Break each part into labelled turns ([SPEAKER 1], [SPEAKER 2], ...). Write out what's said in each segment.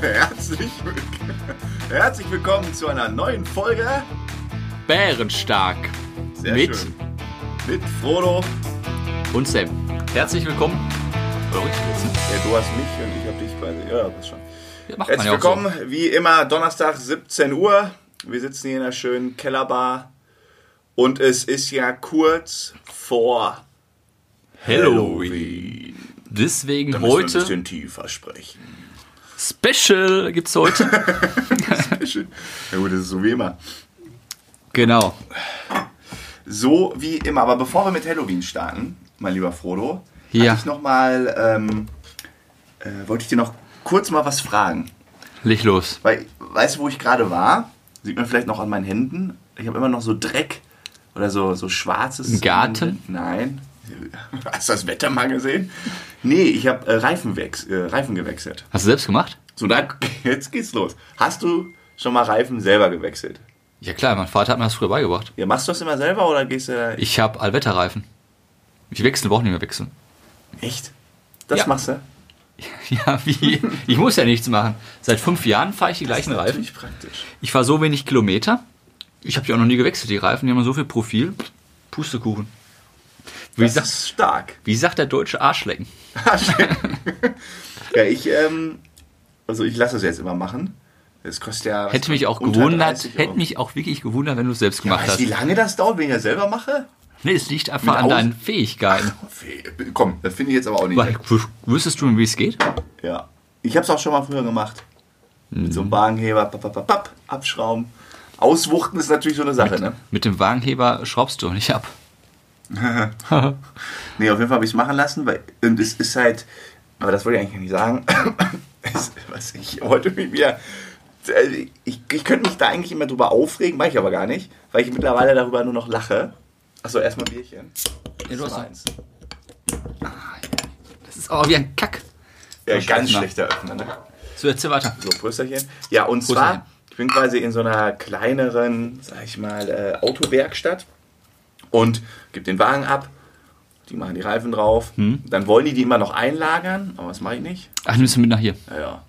[SPEAKER 1] Herzlich, willk- Herzlich willkommen zu einer neuen Folge
[SPEAKER 2] Bärenstark
[SPEAKER 1] Sehr
[SPEAKER 2] mit
[SPEAKER 1] schön. mit Frodo.
[SPEAKER 2] und Sam. Herzlich willkommen. Oder richtig sitzen?
[SPEAKER 1] Ja, du hast mich und ich hab dich quasi. Ja, das schon.
[SPEAKER 2] Ja, macht man
[SPEAKER 1] Herzlich
[SPEAKER 2] ja auch so.
[SPEAKER 1] willkommen, wie immer, Donnerstag 17 Uhr. Wir sitzen hier in einer schönen Kellerbar und es ist ja kurz vor.
[SPEAKER 2] Halloween. Deswegen
[SPEAKER 1] Da müssen wir ein
[SPEAKER 2] heute
[SPEAKER 1] bisschen tiefer sprechen.
[SPEAKER 2] Special gibt's heute.
[SPEAKER 1] Schön. Ja gut, das ist so wie immer.
[SPEAKER 2] genau.
[SPEAKER 1] So wie immer. Aber bevor wir mit Halloween starten, mein lieber Frodo,
[SPEAKER 2] Ja.
[SPEAKER 1] hatte ich noch mal, ähm, äh, wollte ich dir noch kurz mal was fragen.
[SPEAKER 2] Leg los.
[SPEAKER 1] Weil, weißt du, wo ich gerade war? Sieht man vielleicht noch an meinen Händen. Ich habe immer noch so Dreck oder so, so schwarzes.
[SPEAKER 2] Im Garten?
[SPEAKER 1] Händen. Nein. Hast du das Wetter mal gesehen? Nee, ich habe äh, Reifen, wechs- äh, Reifen gewechselt.
[SPEAKER 2] Hast du selbst gemacht?
[SPEAKER 1] So, da, jetzt geht's los. Hast du schon mal Reifen selber gewechselt?
[SPEAKER 2] Ja klar, mein Vater hat mir das früher beigebracht.
[SPEAKER 1] Ja, machst du das immer selber oder gehst du da.
[SPEAKER 2] Ich habe Allwetterreifen. Ich wechsle, brauche nicht mehr wechseln.
[SPEAKER 1] Echt? Das
[SPEAKER 2] Ja.
[SPEAKER 1] machst du?
[SPEAKER 2] Ja, wie? Ich muss ja nichts machen. Seit fünf Jahren fahre ich die gleichen Reifen.
[SPEAKER 1] Natürlich praktisch.
[SPEAKER 2] Ich fahre so wenig Kilometer. Ich habe die auch noch nie gewechselt. Die Reifen, die haben so viel Profil. Pustekuchen. Wie,
[SPEAKER 1] Das
[SPEAKER 2] sagt,
[SPEAKER 1] ist stark.
[SPEAKER 2] wie sagt der deutsche Arschlecken?
[SPEAKER 1] Ja, ich, ähm, also ich lasse das jetzt immer machen. Das kostet ja. was
[SPEAKER 2] Hätte mich auch
[SPEAKER 1] unter
[SPEAKER 2] gewundert,
[SPEAKER 1] 30 Euro.
[SPEAKER 2] hätte mich auch wirklich gewundert, wenn du es selbst gemacht
[SPEAKER 1] Weißt du, wie
[SPEAKER 2] hast.
[SPEAKER 1] lange das dauert, wenn ich das selber mache?
[SPEAKER 2] Nee, es liegt einfach
[SPEAKER 1] Mit
[SPEAKER 2] an
[SPEAKER 1] Aus-
[SPEAKER 2] deinen Fähigkeiten.
[SPEAKER 1] Komm, das finde ich jetzt aber auch nicht.
[SPEAKER 2] Weil, wü- wüsstest du, wie es geht?
[SPEAKER 1] Ja. Ich habe es auch schon mal früher gemacht. Mit
[SPEAKER 2] Mhm.
[SPEAKER 1] so einem Wagenheber, papp, papp, papp, papp, abschrauben. Auswuchten ist natürlich so eine Sache, ne?
[SPEAKER 2] Mit dem Wagenheber schraubst du nicht ab.
[SPEAKER 1] Nee, auf jeden Fall habe ich es machen lassen, weil und es ist halt, aber das wollte ich eigentlich nicht sagen. es, was ich heute mich wieder. also Ich, ich könnte mich da eigentlich immer drüber aufregen, mache ich aber gar nicht, weil ich mittlerweile darüber nur noch lache. Achso, erstmal Bierchen.
[SPEAKER 2] Ja, du
[SPEAKER 1] Das
[SPEAKER 2] hast
[SPEAKER 1] war
[SPEAKER 2] doch-
[SPEAKER 1] eins.
[SPEAKER 2] Das ist aber wie ein Kack.
[SPEAKER 1] Ja, ganz
[SPEAKER 2] Öffner.
[SPEAKER 1] schlechter Öffner, ne?
[SPEAKER 2] So, erzähl weiter.
[SPEAKER 1] So, Prösterchen. Ja, und
[SPEAKER 2] Prösterchen.
[SPEAKER 1] zwar, ich bin quasi in so einer kleineren, sag ich mal, äh, Autowerkstatt und gebe den Wagen ab. Die machen die Reifen drauf.
[SPEAKER 2] Hm.
[SPEAKER 1] Dann wollen die die immer noch einlagern, aber das mache ich nicht.
[SPEAKER 2] Ach, nimmst du mit nach hier.
[SPEAKER 1] Naja,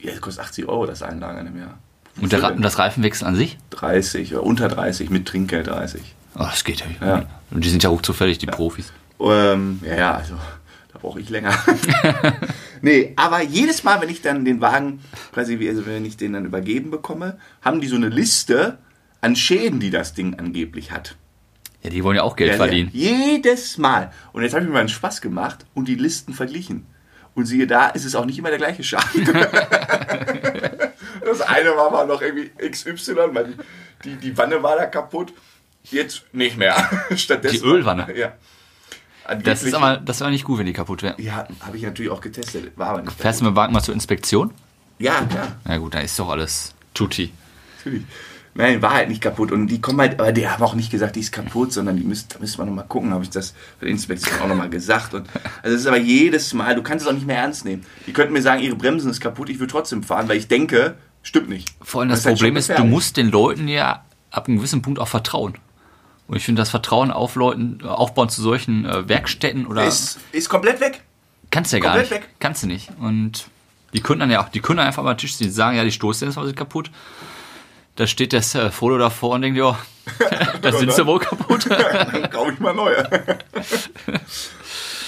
[SPEAKER 1] ja, das kostet 80 Euro, das Einlagern im Jahr.
[SPEAKER 2] Und, der, Ra-
[SPEAKER 1] Wofür
[SPEAKER 2] und das Reifenwechseln an sich?
[SPEAKER 1] denn? 30 oder unter 30 mit Trinkgeld 30.
[SPEAKER 2] Oh, das geht ja.
[SPEAKER 1] Ja.
[SPEAKER 2] Und die sind ja hochzufällig, die Profis.
[SPEAKER 1] Ähm, ja, ja, also da brauche ich länger. nee, aber jedes Mal, wenn ich dann den Wagen, quasi, wie- also wenn ich den dann übergeben bekomme, haben die so eine Liste an Schäden, die das Ding angeblich hat.
[SPEAKER 2] Ja, die wollen ja auch Geld
[SPEAKER 1] Ja,
[SPEAKER 2] verdienen.
[SPEAKER 1] Ja, jedes Mal. Und jetzt habe ich mir mal einen Spaß gemacht und die Listen verglichen. Und siehe da, ist es auch nicht immer der gleiche Schaden. das eine war mal noch irgendwie XY, weil die, die Wanne war da kaputt. Jetzt nicht mehr. Stattdessen
[SPEAKER 2] Die Ölwanne.
[SPEAKER 1] Ja.
[SPEAKER 2] Das
[SPEAKER 1] Angeblich-
[SPEAKER 2] ist aber das war nicht gut, wenn die kaputt wäre.
[SPEAKER 1] Ja, habe ich natürlich auch getestet. War aber nicht.
[SPEAKER 2] Fährst du mit dem Wagen mal zur Inspektion?
[SPEAKER 1] Ja, klar.
[SPEAKER 2] Na gut, da ist doch alles tutti.
[SPEAKER 1] Natürlich. Nein, war halt nicht kaputt. Und die kommen halt, aber die haben auch nicht gesagt, die ist kaputt, sondern die müsst, da müsste man nochmal gucken, habe ich das bei der Inspektion auch nochmal gesagt. Und, also es ist aber jedes Mal, du kannst es auch nicht mehr ernst nehmen. Die könnten mir sagen, ihre Bremsen ist kaputt, ich würde trotzdem fahren, weil ich denke, stimmt nicht.
[SPEAKER 2] Vor allem das,
[SPEAKER 1] ist halt
[SPEAKER 2] Problem
[SPEAKER 1] schon
[SPEAKER 2] ist, du
[SPEAKER 1] gefährlich.
[SPEAKER 2] musst den Leuten ja ab einem gewissen Punkt auch vertrauen. Und ich finde, das Vertrauen auf Leuten, äh, aufbauen zu solchen äh, Werkstätten oder
[SPEAKER 1] Ist, ist komplett weg.
[SPEAKER 2] kannst du ja gar nicht.
[SPEAKER 1] komplett weg.
[SPEAKER 2] Kannst du nicht. Und die können dann ja auch, die können einfach mal am Tisch sitzen, sagen, ja, die Stoßdämpfer sind kaputt. Da steht das äh, Foto davor und denkt, ja, das sind sie wohl kaputt.
[SPEAKER 1] Dann kaufe ich mal neue.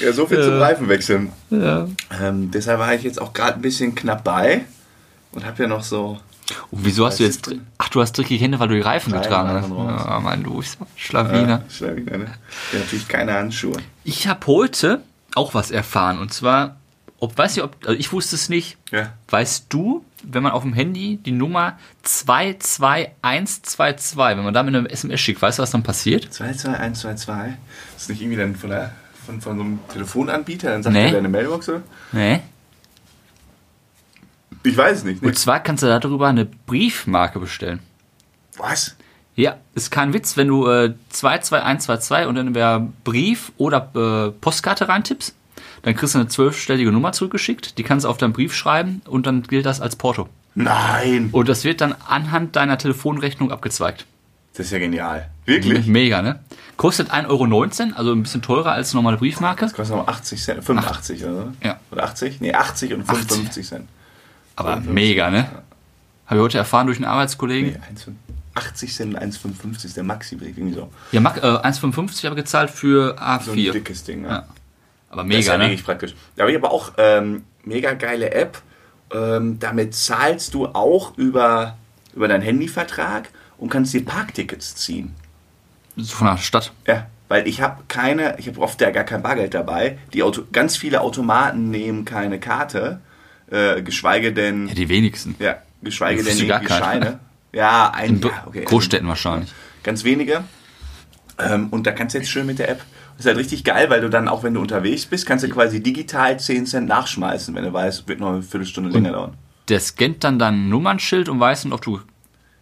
[SPEAKER 1] ja, so viel zum Reifenwechseln.
[SPEAKER 2] ja.
[SPEAKER 1] Ähm, deshalb war ich jetzt auch gerade ein bisschen knapp bei und habe ja noch so
[SPEAKER 2] Und wieso hast du
[SPEAKER 1] Weißt
[SPEAKER 2] jetzt.
[SPEAKER 1] du-
[SPEAKER 2] dr- Ach, du hast dreckige Hände, weil du die Reifen
[SPEAKER 1] Nein,
[SPEAKER 2] getragen
[SPEAKER 1] Reifen
[SPEAKER 2] hast.
[SPEAKER 1] raus.
[SPEAKER 2] Ja, Mann, du bist Schlawiner.
[SPEAKER 1] Schnell wieder, ne? Ja, natürlich keine Handschuhe.
[SPEAKER 2] Ich habe heute auch was erfahren. Und zwar, ob, weiß ich, ob. Also ich wusste es nicht.
[SPEAKER 1] Ja.
[SPEAKER 2] Weißt du, wenn man auf dem Handy die Nummer 22122, wenn man da mit einem SMS schickt, weißt du, was dann passiert?
[SPEAKER 1] 22122. Ist nicht irgendwie dann von, der, von, von so einem Telefonanbieter? Dann sagt
[SPEAKER 2] Nee.
[SPEAKER 1] er deine Mailbox oder?
[SPEAKER 2] Nee.
[SPEAKER 1] Ich weiß es nicht. Ne?
[SPEAKER 2] Und zwar kannst du darüber eine Briefmarke bestellen.
[SPEAKER 1] Was?
[SPEAKER 2] Ja, ist kein Witz, wenn du äh, 22122 und dann wäre Brief oder äh, Postkarte reintippst, dann kriegst du eine zwölfstellige Nummer zurückgeschickt, die kannst du auf deinen Brief schreiben und dann gilt das als Porto.
[SPEAKER 1] Nein!
[SPEAKER 2] Und das wird dann anhand deiner Telefonrechnung abgezweigt.
[SPEAKER 1] Das ist ja genial. Wirklich?
[SPEAKER 2] Mega, ne? Kostet 1,19 Euro, also ein bisschen teurer als eine normale Briefmarke.
[SPEAKER 1] Das kostet noch 80 Cent, 85 oder so.
[SPEAKER 2] Ja.
[SPEAKER 1] Oder 80? Nee, 80 und 55 Cent.
[SPEAKER 2] Aber mega, ne? Habe ich heute erfahren durch einen Arbeitskollegen.
[SPEAKER 1] Nee, 1,5. 80 Cent, 1,55 ist der Maxi-Brief. Irgendwie so.
[SPEAKER 2] Ja, Mac, äh, 1,55 habe ich gezahlt für
[SPEAKER 1] So
[SPEAKER 2] A4.
[SPEAKER 1] ein dickes Ding. Ja.
[SPEAKER 2] ja. Aber
[SPEAKER 1] Das ist
[SPEAKER 2] mega,
[SPEAKER 1] ja
[SPEAKER 2] ne?
[SPEAKER 1] wirklich praktisch. Da habe ich aber auch ähm, mega geile App. Ähm, damit zahlst du auch über, über deinen Handyvertrag und kannst dir Parktickets ziehen.
[SPEAKER 2] So von der Stadt.
[SPEAKER 1] Ja, weil ich habe keine, ich habe oft ja gar kein Bargeld dabei. Die Auto, ganz viele Automaten nehmen keine Karte, äh, geschweige denn,
[SPEAKER 2] Ja, die wenigsten.
[SPEAKER 1] ja, geschweige denn
[SPEAKER 2] Wüsste gar
[SPEAKER 1] irgendwie
[SPEAKER 2] keine.
[SPEAKER 1] Scheine. Ja, ein,
[SPEAKER 2] In Be-
[SPEAKER 1] ja, okay, also-
[SPEAKER 2] Großstädten wahrscheinlich.
[SPEAKER 1] ganz wenige. Ähm, und da kannst du jetzt schön mit der App. Ist halt richtig geil, weil du dann auch, wenn du unterwegs bist, kannst du quasi digital 10 Cent nachschmeißen, wenn du weißt, wird noch eine Viertelstunde länger dauern.
[SPEAKER 2] Der scannt dann dein Nummernschild und weiß nicht, ob du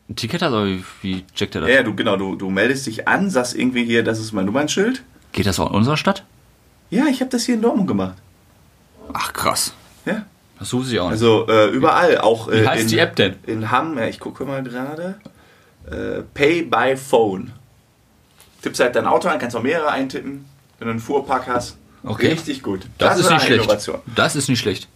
[SPEAKER 2] ein Ticket hast oder wie, wie checkt er das?
[SPEAKER 1] Ja, ja, du genau, du, du meldest dich an, sagst irgendwie hier, das ist mein Nummernschild.
[SPEAKER 2] Geht das auch in unserer Stadt?
[SPEAKER 1] Ja, ich habe das hier in Dortmund gemacht.
[SPEAKER 2] Ach krass.
[SPEAKER 1] Ja.
[SPEAKER 2] Das suche ich auch nicht.
[SPEAKER 1] Also äh, überall, auch äh,
[SPEAKER 2] Wie heißt
[SPEAKER 1] in,
[SPEAKER 2] die App denn?
[SPEAKER 1] in Hamm, ja, ich gucke mal gerade. Äh, Pay by Phone. Tippst halt dein Auto ein, kannst auch mehrere eintippen, wenn du einen Fuhrpark hast.
[SPEAKER 2] Okay.
[SPEAKER 1] Richtig gut.
[SPEAKER 2] das, ist
[SPEAKER 1] war
[SPEAKER 2] nicht
[SPEAKER 1] eine
[SPEAKER 2] schlecht.
[SPEAKER 1] Innovation.
[SPEAKER 2] Das ist nicht schlecht.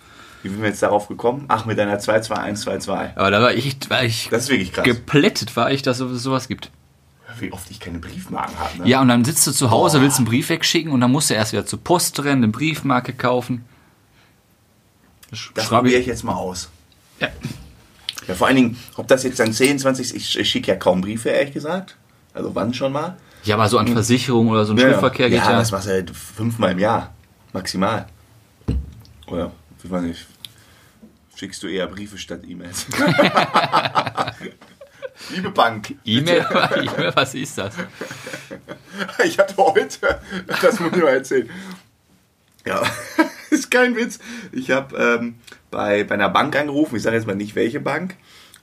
[SPEAKER 1] Wie sind wir jetzt darauf gekommen? Ach, mit einer 22122.
[SPEAKER 2] Aber da war ich, war ich
[SPEAKER 1] Das ist wirklich krass.
[SPEAKER 2] geplättet, war ich, dass es sowas gibt.
[SPEAKER 1] Wie oft ich keine Briefmarken habe. Ne?
[SPEAKER 2] Ja, und dann sitzt du zu Hause, willst einen Brief wegschicken und dann musst du erst wieder zur Post rennen, eine Briefmarke kaufen. Sch-
[SPEAKER 1] das
[SPEAKER 2] schraub
[SPEAKER 1] probiere
[SPEAKER 2] ich.
[SPEAKER 1] ich jetzt mal aus.
[SPEAKER 2] Ja.
[SPEAKER 1] Ja, vor allen Dingen, ob das jetzt dann 10, 20, ich, ich schicke ja kaum Briefe, ehrlich gesagt. Also wann schon mal?
[SPEAKER 2] ja, aber so an Versicherung oder so ein Schulverkehr
[SPEAKER 1] Hm. ja,
[SPEAKER 2] geht ja.
[SPEAKER 1] das machst du halt fünfmal im Jahr. Maximal. Oder, ich weiß nicht, schickst du eher Briefe statt E-Mails. Liebe Bank,
[SPEAKER 2] E-Mail, E-Mail, was ist das?
[SPEAKER 1] ich hatte heute, das muss ich mal erzählen. Ja, ist kein Witz. Ich habe ähm, bei, bei einer Bank angerufen, ich sage jetzt mal nicht welche Bank.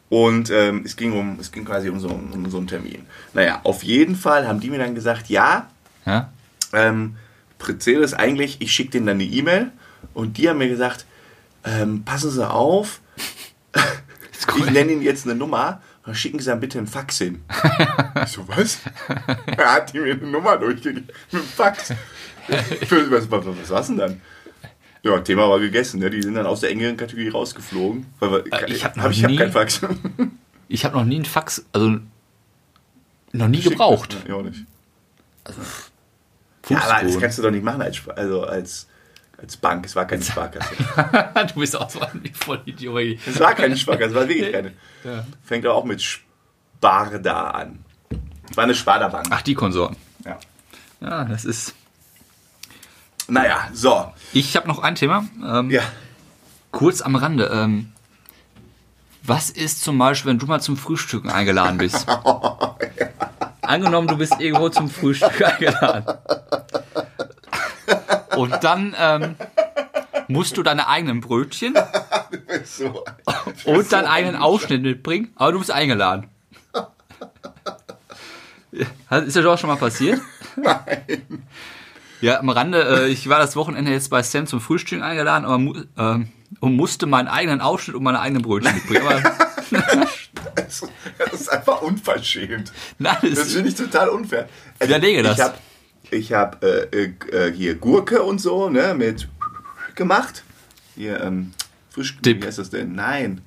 [SPEAKER 1] Und ähm, es, ging um, es ging quasi um so, um so einen Termin. Naja, auf jeden Fall haben die mir dann gesagt, ja,
[SPEAKER 2] Ja?
[SPEAKER 1] ähm, Prozedere ist eigentlich, ich schicke denen dann eine E-Mail und die haben mir gesagt, ähm, passen Sie auf,
[SPEAKER 2] Ist cool.
[SPEAKER 1] ich nenne Ihnen jetzt eine Nummer und schicken Sie dann bitte einen Fax hin. ich so, was? Er hat die mir eine Nummer durchgegeben, mit einem Fax. Für, was, was, was war's denn dann? Ja, Thema war gegessen, ne? die sind dann aus der engeren Kategorie rausgeflogen. Weil, wir-
[SPEAKER 2] Äh, ich hab noch
[SPEAKER 1] hab, ich hab
[SPEAKER 2] nie
[SPEAKER 1] keinen Fax.
[SPEAKER 2] Ich habe noch nie einen Fax, also noch nie gebraucht.
[SPEAKER 1] Ja, auch nicht. Ja, aber das
[SPEAKER 2] Fußboden.
[SPEAKER 1] kannst du doch nicht machen als, Sp- also als, als Bank. Es war keine Sparkasse.
[SPEAKER 2] du bist auch so ein Vollidiot.
[SPEAKER 1] Es war keine Sparkasse, es war wirklich keine.
[SPEAKER 2] Ja.
[SPEAKER 1] Fängt aber auch mit Sparda an. War eine Sparda-Bank.
[SPEAKER 2] Ach, die Konsorten.
[SPEAKER 1] Ja.
[SPEAKER 2] Ja, das ist.
[SPEAKER 1] Naja, so.
[SPEAKER 2] Ich habe noch ein Thema. Ähm,
[SPEAKER 1] Ja.
[SPEAKER 2] Kurz am Rande. Ähm, was ist zum Beispiel, wenn du mal zum Frühstücken eingeladen bist? Angenommen, du bist irgendwo zum Frühstück eingeladen. Und dann ähm, musst du deine eigenen Brötchen
[SPEAKER 1] so.
[SPEAKER 2] und deinen eigenen Aufschnitt mitbringen, aber du bist eingeladen. Ja, Ist ja doch schon mal passiert?
[SPEAKER 1] Nein.
[SPEAKER 2] Ja, am Rande, äh, ich war das Wochenende jetzt bei Sam zum Frühstück eingeladen aber mu ähm, und musste meinen eigenen Aufschnitt und meine eigenen Brötchen mitbringen. Aber
[SPEAKER 1] Das ist einfach unverschämt.
[SPEAKER 2] nein,
[SPEAKER 1] Das
[SPEAKER 2] es,
[SPEAKER 1] finde ich total unfair. Also,
[SPEAKER 2] Widerlege das.
[SPEAKER 1] Ich habe ich hab, äh, äh, äh, hier Gurke und so, ne, mit gemacht. Hier, ähm, frisch.
[SPEAKER 2] Dip.
[SPEAKER 1] Wie heißt das denn? Nein.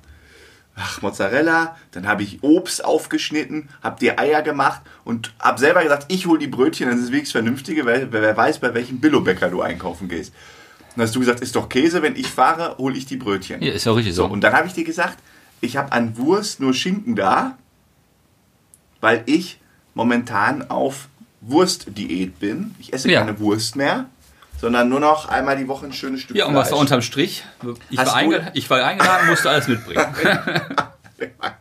[SPEAKER 1] Ach, Mozzarella. Dann habe ich Obst aufgeschnitten, habe dir Eier gemacht und habe selber gesagt, ich hole die Brötchen, das ist wirklich das Vernünftige, weil weil wer weiß, bei welchem Billobäcker du einkaufen gehst. Dann hast du gesagt, ist doch Käse, wenn ich fahre, hole ich die Brötchen.
[SPEAKER 2] ja, ist ja auch richtig so.
[SPEAKER 1] Und dann habe ich dir gesagt, ich habe an Wurst nur Schinken da, weil ich momentan auf Wurstdiät bin. Ich esse
[SPEAKER 2] Ja.
[SPEAKER 1] keine Wurst mehr, sondern nur noch einmal die Woche ein schönes Stück
[SPEAKER 2] ja, und was war unterm Strich? Ich
[SPEAKER 1] Hast
[SPEAKER 2] war,
[SPEAKER 1] du-
[SPEAKER 2] eingeladen, ich war eingeladen, musste alles mitbringen.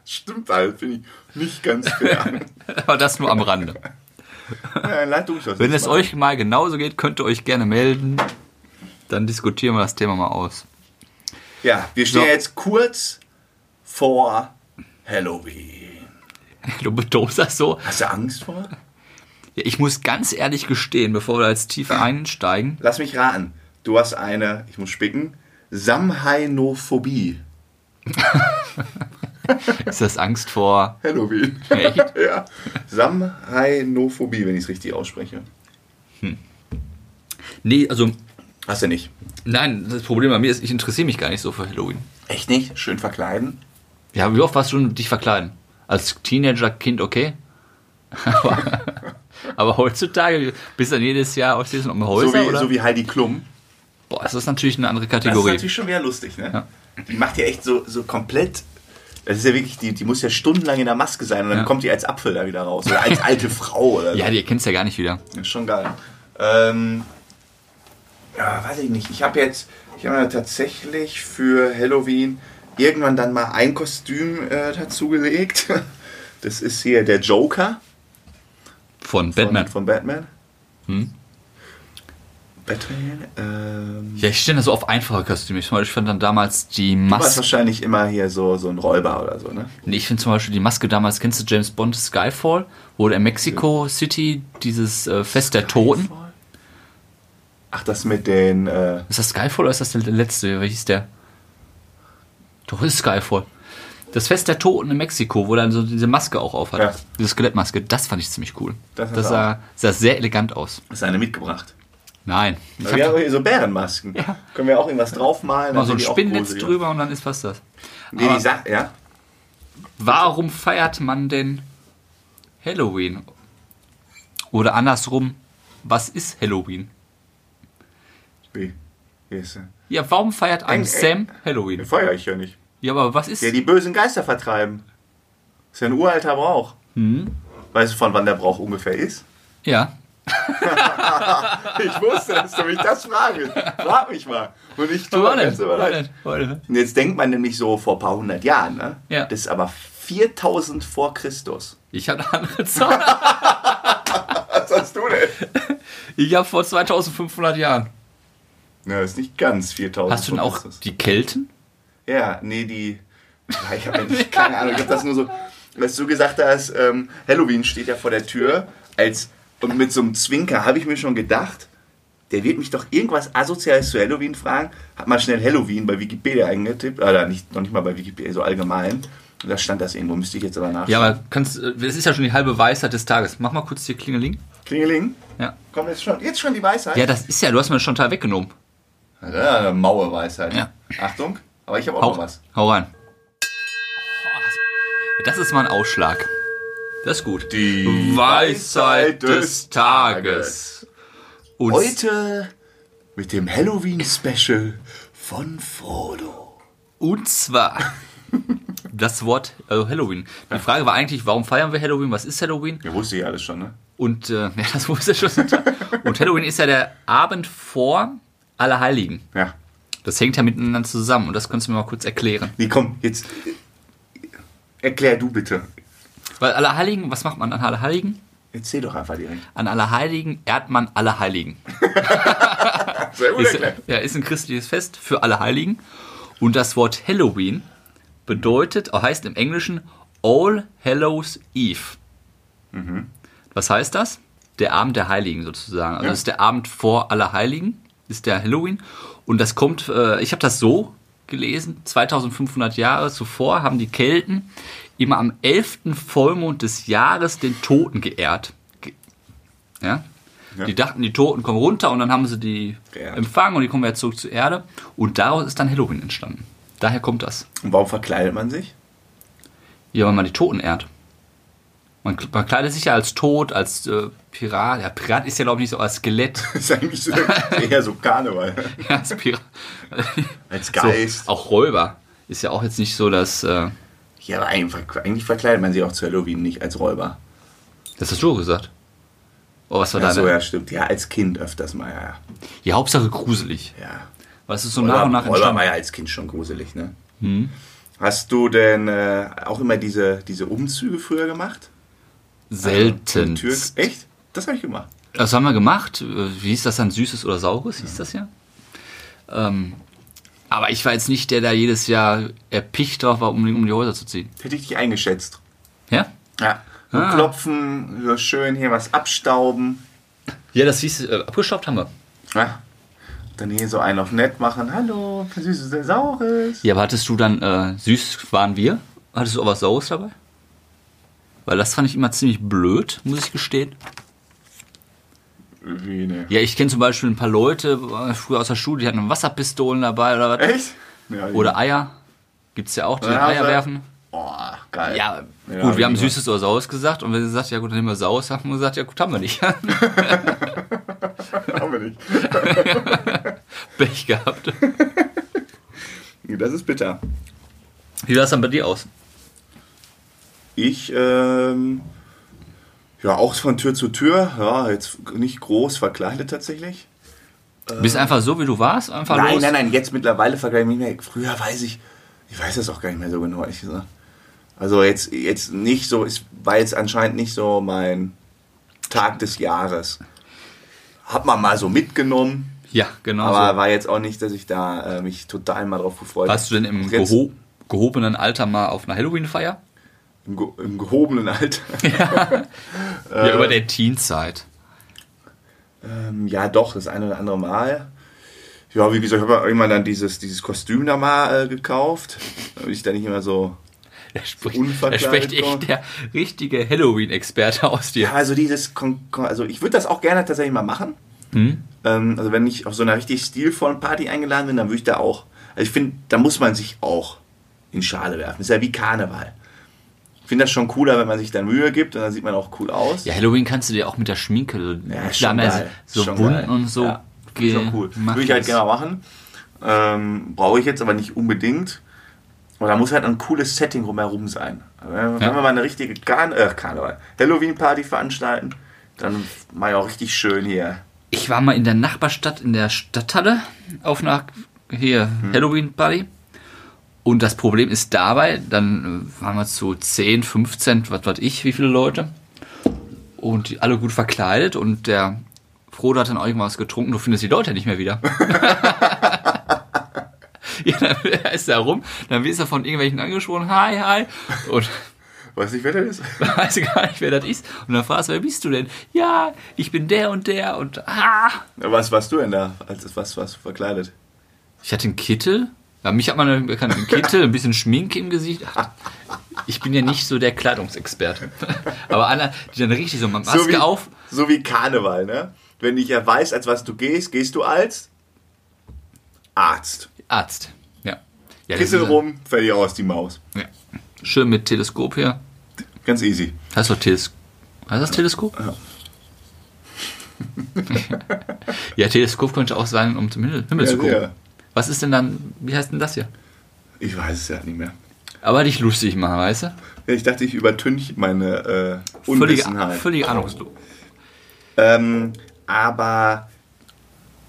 [SPEAKER 1] Stimmt halt, finde ich nicht ganz fair.
[SPEAKER 2] Aber das nur am Rande.
[SPEAKER 1] ja, leid du mich das
[SPEAKER 2] Wenn
[SPEAKER 1] jetzt
[SPEAKER 2] es
[SPEAKER 1] mal.
[SPEAKER 2] euch mal genauso geht, könnt ihr euch gerne melden. Dann diskutieren wir das Thema mal aus.
[SPEAKER 1] Ja, wir stehen
[SPEAKER 2] So.
[SPEAKER 1] jetzt kurz vor Halloween.
[SPEAKER 2] Du betonst das so.
[SPEAKER 1] Hast du Angst vor?
[SPEAKER 2] Ja, ich muss ganz ehrlich gestehen, bevor wir da jetzt tiefer einsteigen.
[SPEAKER 1] Lass mich raten. Du hast eine, ich muss spicken, Samhainophobie.
[SPEAKER 2] Ist das Angst vor.
[SPEAKER 1] Halloween.
[SPEAKER 2] Echt?
[SPEAKER 1] ja. Samhainophobie, wenn ich es richtig ausspreche.
[SPEAKER 2] Nee, also
[SPEAKER 1] Hast du nicht?
[SPEAKER 2] Nein, das Problem bei mir ist, ich interessiere mich gar nicht so für Halloween.
[SPEAKER 1] Echt nicht? Schön verkleiden?
[SPEAKER 2] Ja, wie oft warst du denn dich verkleiden? Als Teenager, Kind, okay. Aber, aber heutzutage bist du dann jedes Jahr auf diesen um Häuser,
[SPEAKER 1] So wie,
[SPEAKER 2] oder?
[SPEAKER 1] so wie Heidi Klum.
[SPEAKER 2] Boah, das ist natürlich eine andere
[SPEAKER 1] Das ist
[SPEAKER 2] Kategorie.
[SPEAKER 1] natürlich schon wieder lustig, ne? Die macht ja echt so, so komplett. Das ist ja wirklich, die, die muss ja stundenlang in der Maske sein und dann
[SPEAKER 2] Ja.
[SPEAKER 1] kommt die als Apfel da wieder raus. Oder als alte Frau oder so.
[SPEAKER 2] Ja, die erkennst du ja gar nicht wieder.
[SPEAKER 1] Das ist schon geil. Ähm, ja, weiß ich nicht. Ich habe jetzt, ich habe ja tatsächlich für Halloween irgendwann dann mal ein Kostüm äh, dazugelegt. Das ist hier der Joker
[SPEAKER 2] Von Batman.
[SPEAKER 1] Von, von Batman.
[SPEAKER 2] Hm?
[SPEAKER 1] Batman. Ähm,
[SPEAKER 2] Ja, ich stehe da so auf einfache Kostüme. Ich, zum Beispiel fand dann damals die
[SPEAKER 1] du warst
[SPEAKER 2] Maske.
[SPEAKER 1] wahrscheinlich immer hier so, so ein Räuber oder so, ne?
[SPEAKER 2] Nee, ich finde zum Beispiel die Maske damals, kennst du James Bond Skyfall, wo der in Mexico City dieses äh, Fest der Toten.
[SPEAKER 1] Ach, das mit den. Äh,
[SPEAKER 2] Ist das Skyfall oder ist das der letzte? Wie hieß der? Doch, ist Skyfall. Das Fest der Toten in Mexiko, wo er dann so diese Maske auch aufhat.
[SPEAKER 1] Ja.
[SPEAKER 2] Diese Skelettmaske, das fand ich ziemlich cool.
[SPEAKER 1] Das
[SPEAKER 2] Das,
[SPEAKER 1] hat er
[SPEAKER 2] sah, sah sehr elegant aus.
[SPEAKER 1] ist eine mitgebracht.
[SPEAKER 2] Nein. Ich hab
[SPEAKER 1] Wir haben hier so Bärenmasken. Können wir auch irgendwas draufmalen?
[SPEAKER 2] mal
[SPEAKER 1] dann
[SPEAKER 2] so ein
[SPEAKER 1] sind die auch
[SPEAKER 2] Spinnennetz
[SPEAKER 1] gruselig.
[SPEAKER 2] drüber und dann ist fast das.
[SPEAKER 1] Nee,
[SPEAKER 2] Aber-
[SPEAKER 1] die Sa ja.
[SPEAKER 2] Warum feiert man denn Halloween? Oder andersrum, was ist Halloween?
[SPEAKER 1] Wie? Wie ist er?
[SPEAKER 2] Ja, warum feiert ein
[SPEAKER 1] Eng-
[SPEAKER 2] Sam
[SPEAKER 1] Den
[SPEAKER 2] Halloween?
[SPEAKER 1] feuer ich ja nicht.
[SPEAKER 2] Ja, aber was ist.
[SPEAKER 1] Der die bösen Geister vertreiben. Ist ja ein uralter Brauch.
[SPEAKER 2] Hm?
[SPEAKER 1] Weißt du, von wann der Brauch ungefähr ist?
[SPEAKER 2] Ja.
[SPEAKER 1] Ich wusste, dass du mich das fragst. Frag mich mal. Und ich tue
[SPEAKER 2] Warte,
[SPEAKER 1] ganz überleiten.
[SPEAKER 2] warte, warte.
[SPEAKER 1] Und jetzt denkt man nämlich so vor ein paar hundert Jahren, ne?
[SPEAKER 2] Ja.
[SPEAKER 1] Das ist aber 4000 vor Christus.
[SPEAKER 2] Ich habe eine andere Zahl.
[SPEAKER 1] Was sagst du denn?
[SPEAKER 2] Ich habe vor 2500 Jahren.
[SPEAKER 1] Na, ist nicht ganz 4000
[SPEAKER 2] Hast du denn
[SPEAKER 1] vor
[SPEAKER 2] auch
[SPEAKER 1] Christus.
[SPEAKER 2] die Kelten?
[SPEAKER 1] Ja, nee, die. Ja, ich habe ja nicht, keine Ahnung, ich habe das nur so. Was du gesagt hast, ähm, Halloween steht ja vor der Tür als und mit so einem Zwinker habe ich mir schon gedacht, der wird mich doch irgendwas Asoziales zu Halloween fragen. Hab mal schnell Halloween bei Wikipedia eingetippt, oder nicht, noch nicht mal bei Wikipedia, so allgemein. Und da stand das irgendwo, müsste ich jetzt aber nachschauen.
[SPEAKER 2] Ja, aber kannst. äh, Das ist ja schon die halbe Weisheit des Tages. Mach mal kurz die Klingeling.
[SPEAKER 1] Klingeling,
[SPEAKER 2] Ja.
[SPEAKER 1] kommt jetzt schon, jetzt schon die Weisheit?
[SPEAKER 2] Ja, das ist ja. Du hast mir schon einen Teil weggenommen.
[SPEAKER 1] Ja, eine maue Weisheit.
[SPEAKER 2] Ja.
[SPEAKER 1] Achtung, aber ich habe auch
[SPEAKER 2] Hau,
[SPEAKER 1] noch was.
[SPEAKER 2] hau rein. Oh, Das ist mal ein Ausschlag. Das ist gut.
[SPEAKER 1] Die
[SPEAKER 2] Weisheit des Tages. Und
[SPEAKER 1] Heute mit dem Halloween-Special von Frodo.
[SPEAKER 2] Und zwar das Wort also Halloween. Die Frage war eigentlich, warum feiern wir Halloween? Was ist Halloween?
[SPEAKER 1] Ja, wusste ich alles schon, ne?
[SPEAKER 2] Und äh, ja, das wusste ich schon. Und Halloween ist ja der Abend vor Allerheiligen.
[SPEAKER 1] Ja.
[SPEAKER 2] Das hängt ja miteinander zusammen. Und das kannst du mir mal kurz erklären.
[SPEAKER 1] Nee, komm, jetzt. Erklär du bitte.
[SPEAKER 2] Weil Allerheiligen, was macht man an Allerheiligen?
[SPEAKER 1] Erzähl doch einfach direkt.
[SPEAKER 2] An Allerheiligen ehrt man Allerheiligen.
[SPEAKER 1] Sehr gut
[SPEAKER 2] ist, ja, ist ein christliches Fest für alle Heiligen. Und das Wort Halloween bedeutet, äh, heißt im Englischen All Hallows Eve. Was heißt das? Der Abend der Heiligen sozusagen. Also
[SPEAKER 1] Ja.
[SPEAKER 2] das ist der Abend vor aller Heiligen, ist der Halloween. Und das kommt, äh, ich habe das so gelesen, 2500 Jahre zuvor haben die Kelten immer am 11. Vollmond des Jahres den Toten geehrt. Ge ja?
[SPEAKER 1] Ja.
[SPEAKER 2] Die dachten, die Toten kommen runter und dann haben sie die
[SPEAKER 1] Geehrt.
[SPEAKER 2] empfangen und die kommen wieder zurück zur Erde. Und daraus ist dann Halloween entstanden. Daher kommt das.
[SPEAKER 1] Und warum verkleidet man sich?
[SPEAKER 2] Ja, weil man die Toten ehrt. Man, man kleidet sich ja als Tot, als äh, Pirat. Ja, Pirat ist ja, glaube ich, nicht so als Skelett.
[SPEAKER 1] Das ist eigentlich so, eher so Karneval.
[SPEAKER 2] ja, als Pirat.
[SPEAKER 1] Als Geist.
[SPEAKER 2] So, auch Räuber ist ja auch jetzt nicht so, dass. Äh,
[SPEAKER 1] Ja, aber eigentlich, eigentlich verkleidet man sich auch zu Halloween nicht als Räuber.
[SPEAKER 2] das hast du gesagt. Oh, was war
[SPEAKER 1] Ach
[SPEAKER 2] da?
[SPEAKER 1] so,
[SPEAKER 2] deine?
[SPEAKER 1] ja, stimmt. Ja, als Kind öfters mal, ja.
[SPEAKER 2] Ja, Hauptsache gruselig.
[SPEAKER 1] ja.
[SPEAKER 2] Was ist so nach
[SPEAKER 1] Räuber,
[SPEAKER 2] und nach
[SPEAKER 1] Räuber
[SPEAKER 2] entstanden? Mhm.
[SPEAKER 1] war ja als Kind schon gruselig, ne? Hast du denn äh, auch immer diese, diese Umzüge früher gemacht?
[SPEAKER 2] Selten.
[SPEAKER 1] Türen- Echt? Das habe ich gemacht.
[SPEAKER 2] Das haben wir gemacht. Äh, Wie hieß das dann? Süßes oder Saures hieß das ja. Ähm, aber ich war jetzt nicht der, der jedes Jahr erpicht drauf war, um, die- um die Häuser zu ziehen.
[SPEAKER 1] Hätte ich dich eingeschätzt.
[SPEAKER 2] Ja?
[SPEAKER 1] Ja. So
[SPEAKER 2] Ah.
[SPEAKER 1] Klopfen, so schön hier was abstauben.
[SPEAKER 2] Ja, das hieß, äh, abgestaubt haben wir.
[SPEAKER 1] Ja. Dann hier so einen auf nett machen. Hallo, süßes, sehr saures.
[SPEAKER 2] Ja, aber hattest du dann, äh, süß waren wir? Hattest du auch was Saures dabei? Weil das fand ich immer ziemlich blöd, muss ich gestehen.
[SPEAKER 1] Wie, ne?
[SPEAKER 2] Ja, ich kenne zum Beispiel ein paar Leute äh, früher aus der Schule, die hatten Wasserpistolen dabei oder was.
[SPEAKER 1] Echt? Ja,
[SPEAKER 2] Oder Eier. Gibt's ja auch, die
[SPEAKER 1] Dann haben
[SPEAKER 2] Eier
[SPEAKER 1] sie-
[SPEAKER 2] werfen.
[SPEAKER 1] Oh, geil.
[SPEAKER 2] Ja,
[SPEAKER 1] Ja, genau.
[SPEAKER 2] gut, wir haben
[SPEAKER 1] lieber.
[SPEAKER 2] Süßes oder Saures gesagt und wenn sie sagt, ja gut, dann nehmen wir Saures, haben wir gesagt, ja gut, haben wir nicht.
[SPEAKER 1] haben wir nicht.
[SPEAKER 2] Pech gehabt.
[SPEAKER 1] Das ist bitter.
[SPEAKER 2] Wie sah es dann bei dir aus?
[SPEAKER 1] Ich, ähm, ja, auch von Tür zu Tür. Ja, jetzt nicht groß verkleidet tatsächlich.
[SPEAKER 2] Bist einfach so, wie du warst? Einfach
[SPEAKER 1] Äh. Nein,
[SPEAKER 2] los?
[SPEAKER 1] nein, nein, jetzt mittlerweile vergleiche ich mich nicht mehr. Früher weiß ich, ich weiß das auch gar nicht mehr so genau, ehrlich gesagt. Also jetzt, jetzt nicht so, es war jetzt anscheinend nicht so mein Tag des Jahres. Hat man mal so mitgenommen,
[SPEAKER 2] Ja, genau
[SPEAKER 1] aber
[SPEAKER 2] so.
[SPEAKER 1] war jetzt auch nicht, dass ich da äh, mich total mal drauf gefreut
[SPEAKER 2] Warst du denn im
[SPEAKER 1] Jetzt-
[SPEAKER 2] geho gehobenen Alter mal auf einer Halloween-Feier?
[SPEAKER 1] Im, ge Im gehobenen Alter. Äh.
[SPEAKER 2] ja, über der Teenzeit.
[SPEAKER 1] Ähm, ja, doch, das eine oder andere Mal. Ja, wie gesagt, ich habe irgendwann dann dieses, dieses Kostüm da mal äh, gekauft, damit ich da nicht immer so
[SPEAKER 2] Da spricht, da
[SPEAKER 1] unverkleidet
[SPEAKER 2] spricht
[SPEAKER 1] kommen.
[SPEAKER 2] echt der richtige Halloween-Experte aus
[SPEAKER 1] Ja,
[SPEAKER 2] dir.
[SPEAKER 1] also dieses, Kon Kon- also ich würde das auch gerne tatsächlich mal machen. Ähm, also wenn ich auf so einer richtig stilvollen Party eingeladen bin, dann würde ich da auch. Also ich finde, da muss man sich auch in Schale werfen. Ist ja wie Karneval. Ich finde das schon cooler, wenn man sich dann Mühe gibt und dann sieht man auch cool aus.
[SPEAKER 2] Ja, Halloween kannst du dir auch mit der Schminke
[SPEAKER 1] Ja, ist
[SPEAKER 2] da haben wir
[SPEAKER 1] geil.
[SPEAKER 2] so
[SPEAKER 1] Ist schon
[SPEAKER 2] bunt
[SPEAKER 1] geil.
[SPEAKER 2] und so.
[SPEAKER 1] Ja, ist schon cool.
[SPEAKER 2] gemacht
[SPEAKER 1] Würde ich halt
[SPEAKER 2] ist.
[SPEAKER 1] gerne machen. Ähm, Brauche ich jetzt aber nicht unbedingt. Aber da muss halt ein cooles Setting rumherum sein. Also Wenn
[SPEAKER 2] Ja.
[SPEAKER 1] wir mal eine richtige Karn äh, Karneval, Halloween-Party veranstalten, dann mal ja auch richtig schön hier.
[SPEAKER 2] Ich war mal in der Nachbarstadt, in der Stadthalle, auf einer hier Halloween-Party. Und das Problem ist dabei, dann äh, waren wir zu 10, 15, was weiß ich, wie viele Leute. Und die alle gut verkleidet und der Frodo hat dann auch irgendwas getrunken, du findest die Leute nicht mehr wieder. ja, dann ist er rum, dann wirst du von irgendwelchen angesprochen, hi, hi. Und
[SPEAKER 1] Weiß nicht, wer das ist.
[SPEAKER 2] weiß gar nicht, wer das ist. Und dann fragst du, wer bist du denn? Ja, ich bin der und der und ah.
[SPEAKER 1] Was warst du denn da? Als was, was verkleidet?
[SPEAKER 2] Ich hatte einen Kittel. Ja, mich hat man bekannt. Einen Kittel, ein bisschen Schminke im Gesicht. Ach, Ich bin ja nicht so der Kleidungsexperte. Aber einer, die dann richtig so mit Maske
[SPEAKER 1] so wie,
[SPEAKER 2] auf.
[SPEAKER 1] So wie Karneval, ne? Wenn ich ja weiß, als was du gehst, gehst du als Arzt.
[SPEAKER 2] Arzt. Ja. ja das
[SPEAKER 1] Kissel
[SPEAKER 2] ist-
[SPEAKER 1] rum, fertig aus, die Maus.
[SPEAKER 2] Ja. Schön mit Teleskop hier.
[SPEAKER 1] Ganz easy.
[SPEAKER 2] Hast du Teleskop? Hast du das Teleskop?
[SPEAKER 1] Ja.
[SPEAKER 2] ja, Teleskop könnte auch sein, um zum Himmel, Himmel
[SPEAKER 1] Ja,
[SPEAKER 2] zu gucken.
[SPEAKER 1] sehr.
[SPEAKER 2] Was ist denn dann, wie heißt denn das hier?
[SPEAKER 1] Ich weiß es ja nicht mehr.
[SPEAKER 2] Aber dich lustig machen, weißt du?
[SPEAKER 1] Ja, Ich dachte, ich übertünche meine äh,
[SPEAKER 2] Völlige,
[SPEAKER 1] Unwissenheit.
[SPEAKER 2] völlige Ahnungslos.
[SPEAKER 1] Ähm, aber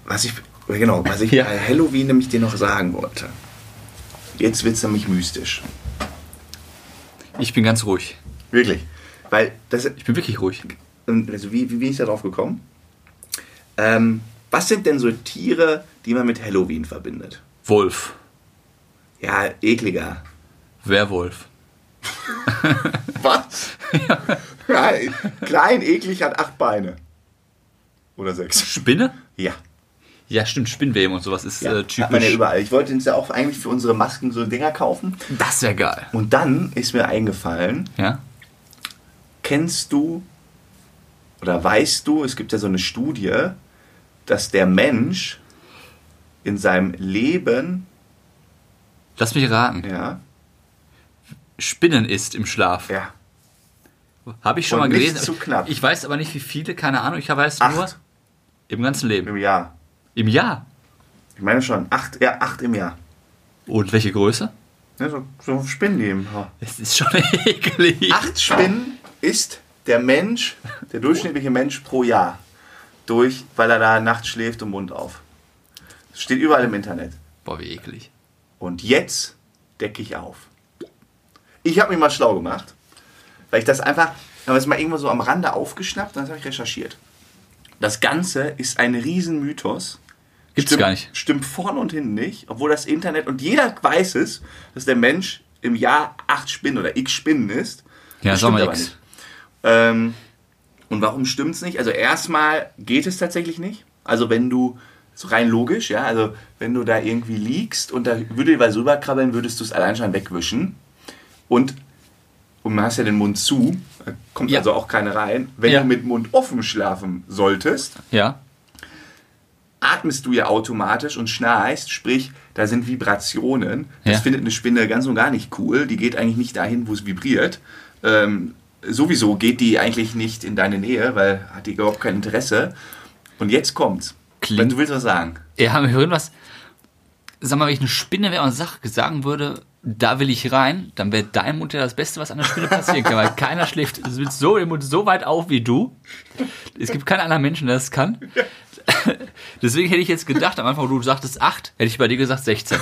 [SPEAKER 1] was ich genau, was ich
[SPEAKER 2] Ja.
[SPEAKER 1] bei Halloween nämlich dir noch sagen wollte. Jetzt wird's nämlich mystisch.
[SPEAKER 2] Ich bin ganz ruhig.
[SPEAKER 1] Wirklich. Weil das
[SPEAKER 2] Ich bin wirklich ruhig.
[SPEAKER 1] Und also wie, wie bin ich darauf gekommen? Ähm, was sind denn so Tiere, die man mit Halloween verbindet?
[SPEAKER 2] Wolf.
[SPEAKER 1] Ja, ekliger.
[SPEAKER 2] Werwolf.
[SPEAKER 1] Was? Nein, klein, eklig hat acht Beine. Oder sechs.
[SPEAKER 2] Spinne?
[SPEAKER 1] Ja.
[SPEAKER 2] Ja, stimmt, Spinnweben und sowas ist
[SPEAKER 1] ja
[SPEAKER 2] äh,
[SPEAKER 1] Hat man ja
[SPEAKER 2] typisch.
[SPEAKER 1] überall. Ich wollte uns ja auch eigentlich für unsere Masken so Dinger kaufen.
[SPEAKER 2] das wäre geil.
[SPEAKER 1] Und dann ist mir eingefallen,
[SPEAKER 2] Ja?
[SPEAKER 1] kennst du oder weißt du, es gibt ja so eine Studie, dass der Mensch in seinem Leben,
[SPEAKER 2] Lass mich raten.
[SPEAKER 1] ja,
[SPEAKER 2] Spinnen isst im Schlaf.
[SPEAKER 1] ja,
[SPEAKER 2] Habe ich schon
[SPEAKER 1] Und
[SPEAKER 2] mal
[SPEAKER 1] nicht
[SPEAKER 2] gelesen.
[SPEAKER 1] zu knapp.
[SPEAKER 2] Ich weiß aber nicht, wie viele, keine Ahnung. Ich weiß nur
[SPEAKER 1] acht
[SPEAKER 2] im ganzen Leben.
[SPEAKER 1] im Jahr.
[SPEAKER 2] Im Jahr.
[SPEAKER 1] Ich meine schon, acht, ja, acht im Jahr.
[SPEAKER 2] Und welche Größe?
[SPEAKER 1] Ne, so, so Spinnen die im Haar.
[SPEAKER 2] Es ist schon eklig.
[SPEAKER 1] Acht Spinnen ist der Mensch, der durchschnittliche Mensch pro Jahr. Durch, weil er da nachts schläft und Mund auf. Das steht überall im Internet.
[SPEAKER 2] Boah, wie eklig.
[SPEAKER 1] Und jetzt decke ich auf. Ich habe mich mal schlau gemacht, weil ich das einfach, ich habe es mal irgendwo so am Rande aufgeschnappt und das habe ich recherchiert. Das Ganze ist ein Riesenmythos.
[SPEAKER 2] Gibt's
[SPEAKER 1] stimmt,
[SPEAKER 2] gar nicht.
[SPEAKER 1] Stimmt vorne und hinten nicht, obwohl das Internet und jeder weiß es, dass der Mensch im Jahr acht Spinnen oder x Spinnen ist.
[SPEAKER 2] Ja,
[SPEAKER 1] Das
[SPEAKER 2] sag mal
[SPEAKER 1] stimmt aber
[SPEAKER 2] X.
[SPEAKER 1] nicht. Ähm, und warum stimmt's nicht? Also erstmal geht es tatsächlich nicht. Also wenn du so rein logisch, ja, also wenn du da irgendwie liegst und da würde dir was rüberkrabbeln, würdest du es allein schon wegwischen. Und und man hast ja den Mund zu, da kommt
[SPEAKER 2] Ja.
[SPEAKER 1] also auch keine rein. Wenn
[SPEAKER 2] Ja.
[SPEAKER 1] du mit Mund offen schlafen solltest,
[SPEAKER 2] Ja?
[SPEAKER 1] atmest du ja automatisch und schnarchst, sprich, da sind Vibrationen. Das
[SPEAKER 2] Ja.
[SPEAKER 1] findet eine Spinne ganz und gar nicht cool. Die geht eigentlich nicht dahin, wo es vibriert. Ähm, sowieso geht die eigentlich nicht in deine Nähe, weil hat die überhaupt kein Interesse. Und jetzt kommt's.
[SPEAKER 2] Klingt-
[SPEAKER 1] Wenn du willst was sagen.
[SPEAKER 2] Ja, wir hören was. Sag mal, wenn ich eine Spinne wäre und sag- sagen würde, da will ich rein, dann wäre dein Mund ja das Beste, was einer Spinne passieren kann, weil keiner schläft es wird so den Mund so weit auf wie du. Es gibt keinen anderen Menschen, der das kann. Deswegen hätte ich jetzt gedacht, am Anfang, du sagtest 8, hätte ich bei dir gesagt 16.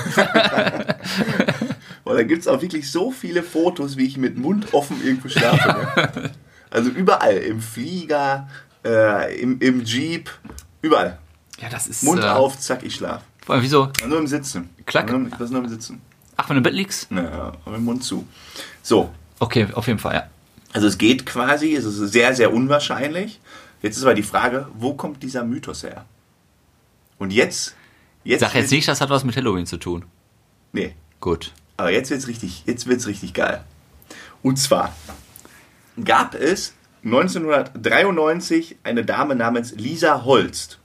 [SPEAKER 1] Boah, da gibt's auch wirklich so viele Fotos, wie ich mit Mund offen irgendwo schlafe. Ne? Also überall. Im Flieger, äh, im, im Jeep, überall.
[SPEAKER 2] Ja, das ist.
[SPEAKER 1] Mund
[SPEAKER 2] äh,
[SPEAKER 1] auf, zack, ich schlaf.
[SPEAKER 2] Vor allem, wieso?
[SPEAKER 1] Nur im Sitzen.
[SPEAKER 2] Klack.
[SPEAKER 1] Nur, im- das nur im Sitzen.
[SPEAKER 2] Ach, wenn du im Bett liegst?
[SPEAKER 1] Naja, aber im Mund zu. So,
[SPEAKER 2] Okay, auf jeden Fall, ja.
[SPEAKER 1] also es geht quasi, es ist sehr, sehr unwahrscheinlich. Jetzt ist aber die Frage, wo kommt dieser Mythos her? Und jetzt, jetzt
[SPEAKER 2] Sag jetzt nicht, das hat was mit Halloween zu tun.
[SPEAKER 1] Nee,
[SPEAKER 2] Gut.
[SPEAKER 1] aber jetzt wird's richtig, jetzt wird's richtig geil. Und zwar gab es 1993 eine Dame namens Lisa Holst.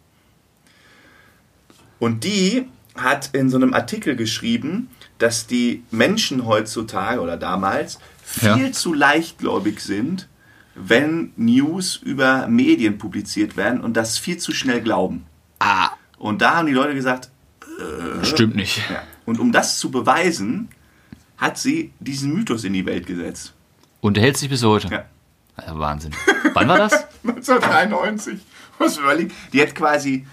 [SPEAKER 1] Und die hat in so einem Artikel geschrieben, dass die Menschen heutzutage oder damals viel
[SPEAKER 2] Ja.
[SPEAKER 1] zu leichtgläubig sind, wenn News über Medien publiziert werden und das viel zu schnell glauben.
[SPEAKER 2] Ah,
[SPEAKER 1] Und da haben die Leute gesagt,
[SPEAKER 2] stimmt nicht.
[SPEAKER 1] ja. und um das zu beweisen, hat sie diesen Mythos in die Welt gesetzt.
[SPEAKER 2] Und er hält sich bis heute.
[SPEAKER 1] Ja.
[SPEAKER 2] Ja, Wahnsinn. Wann war das?
[SPEAKER 1] 1993. Muss man überlegen. Die hat quasi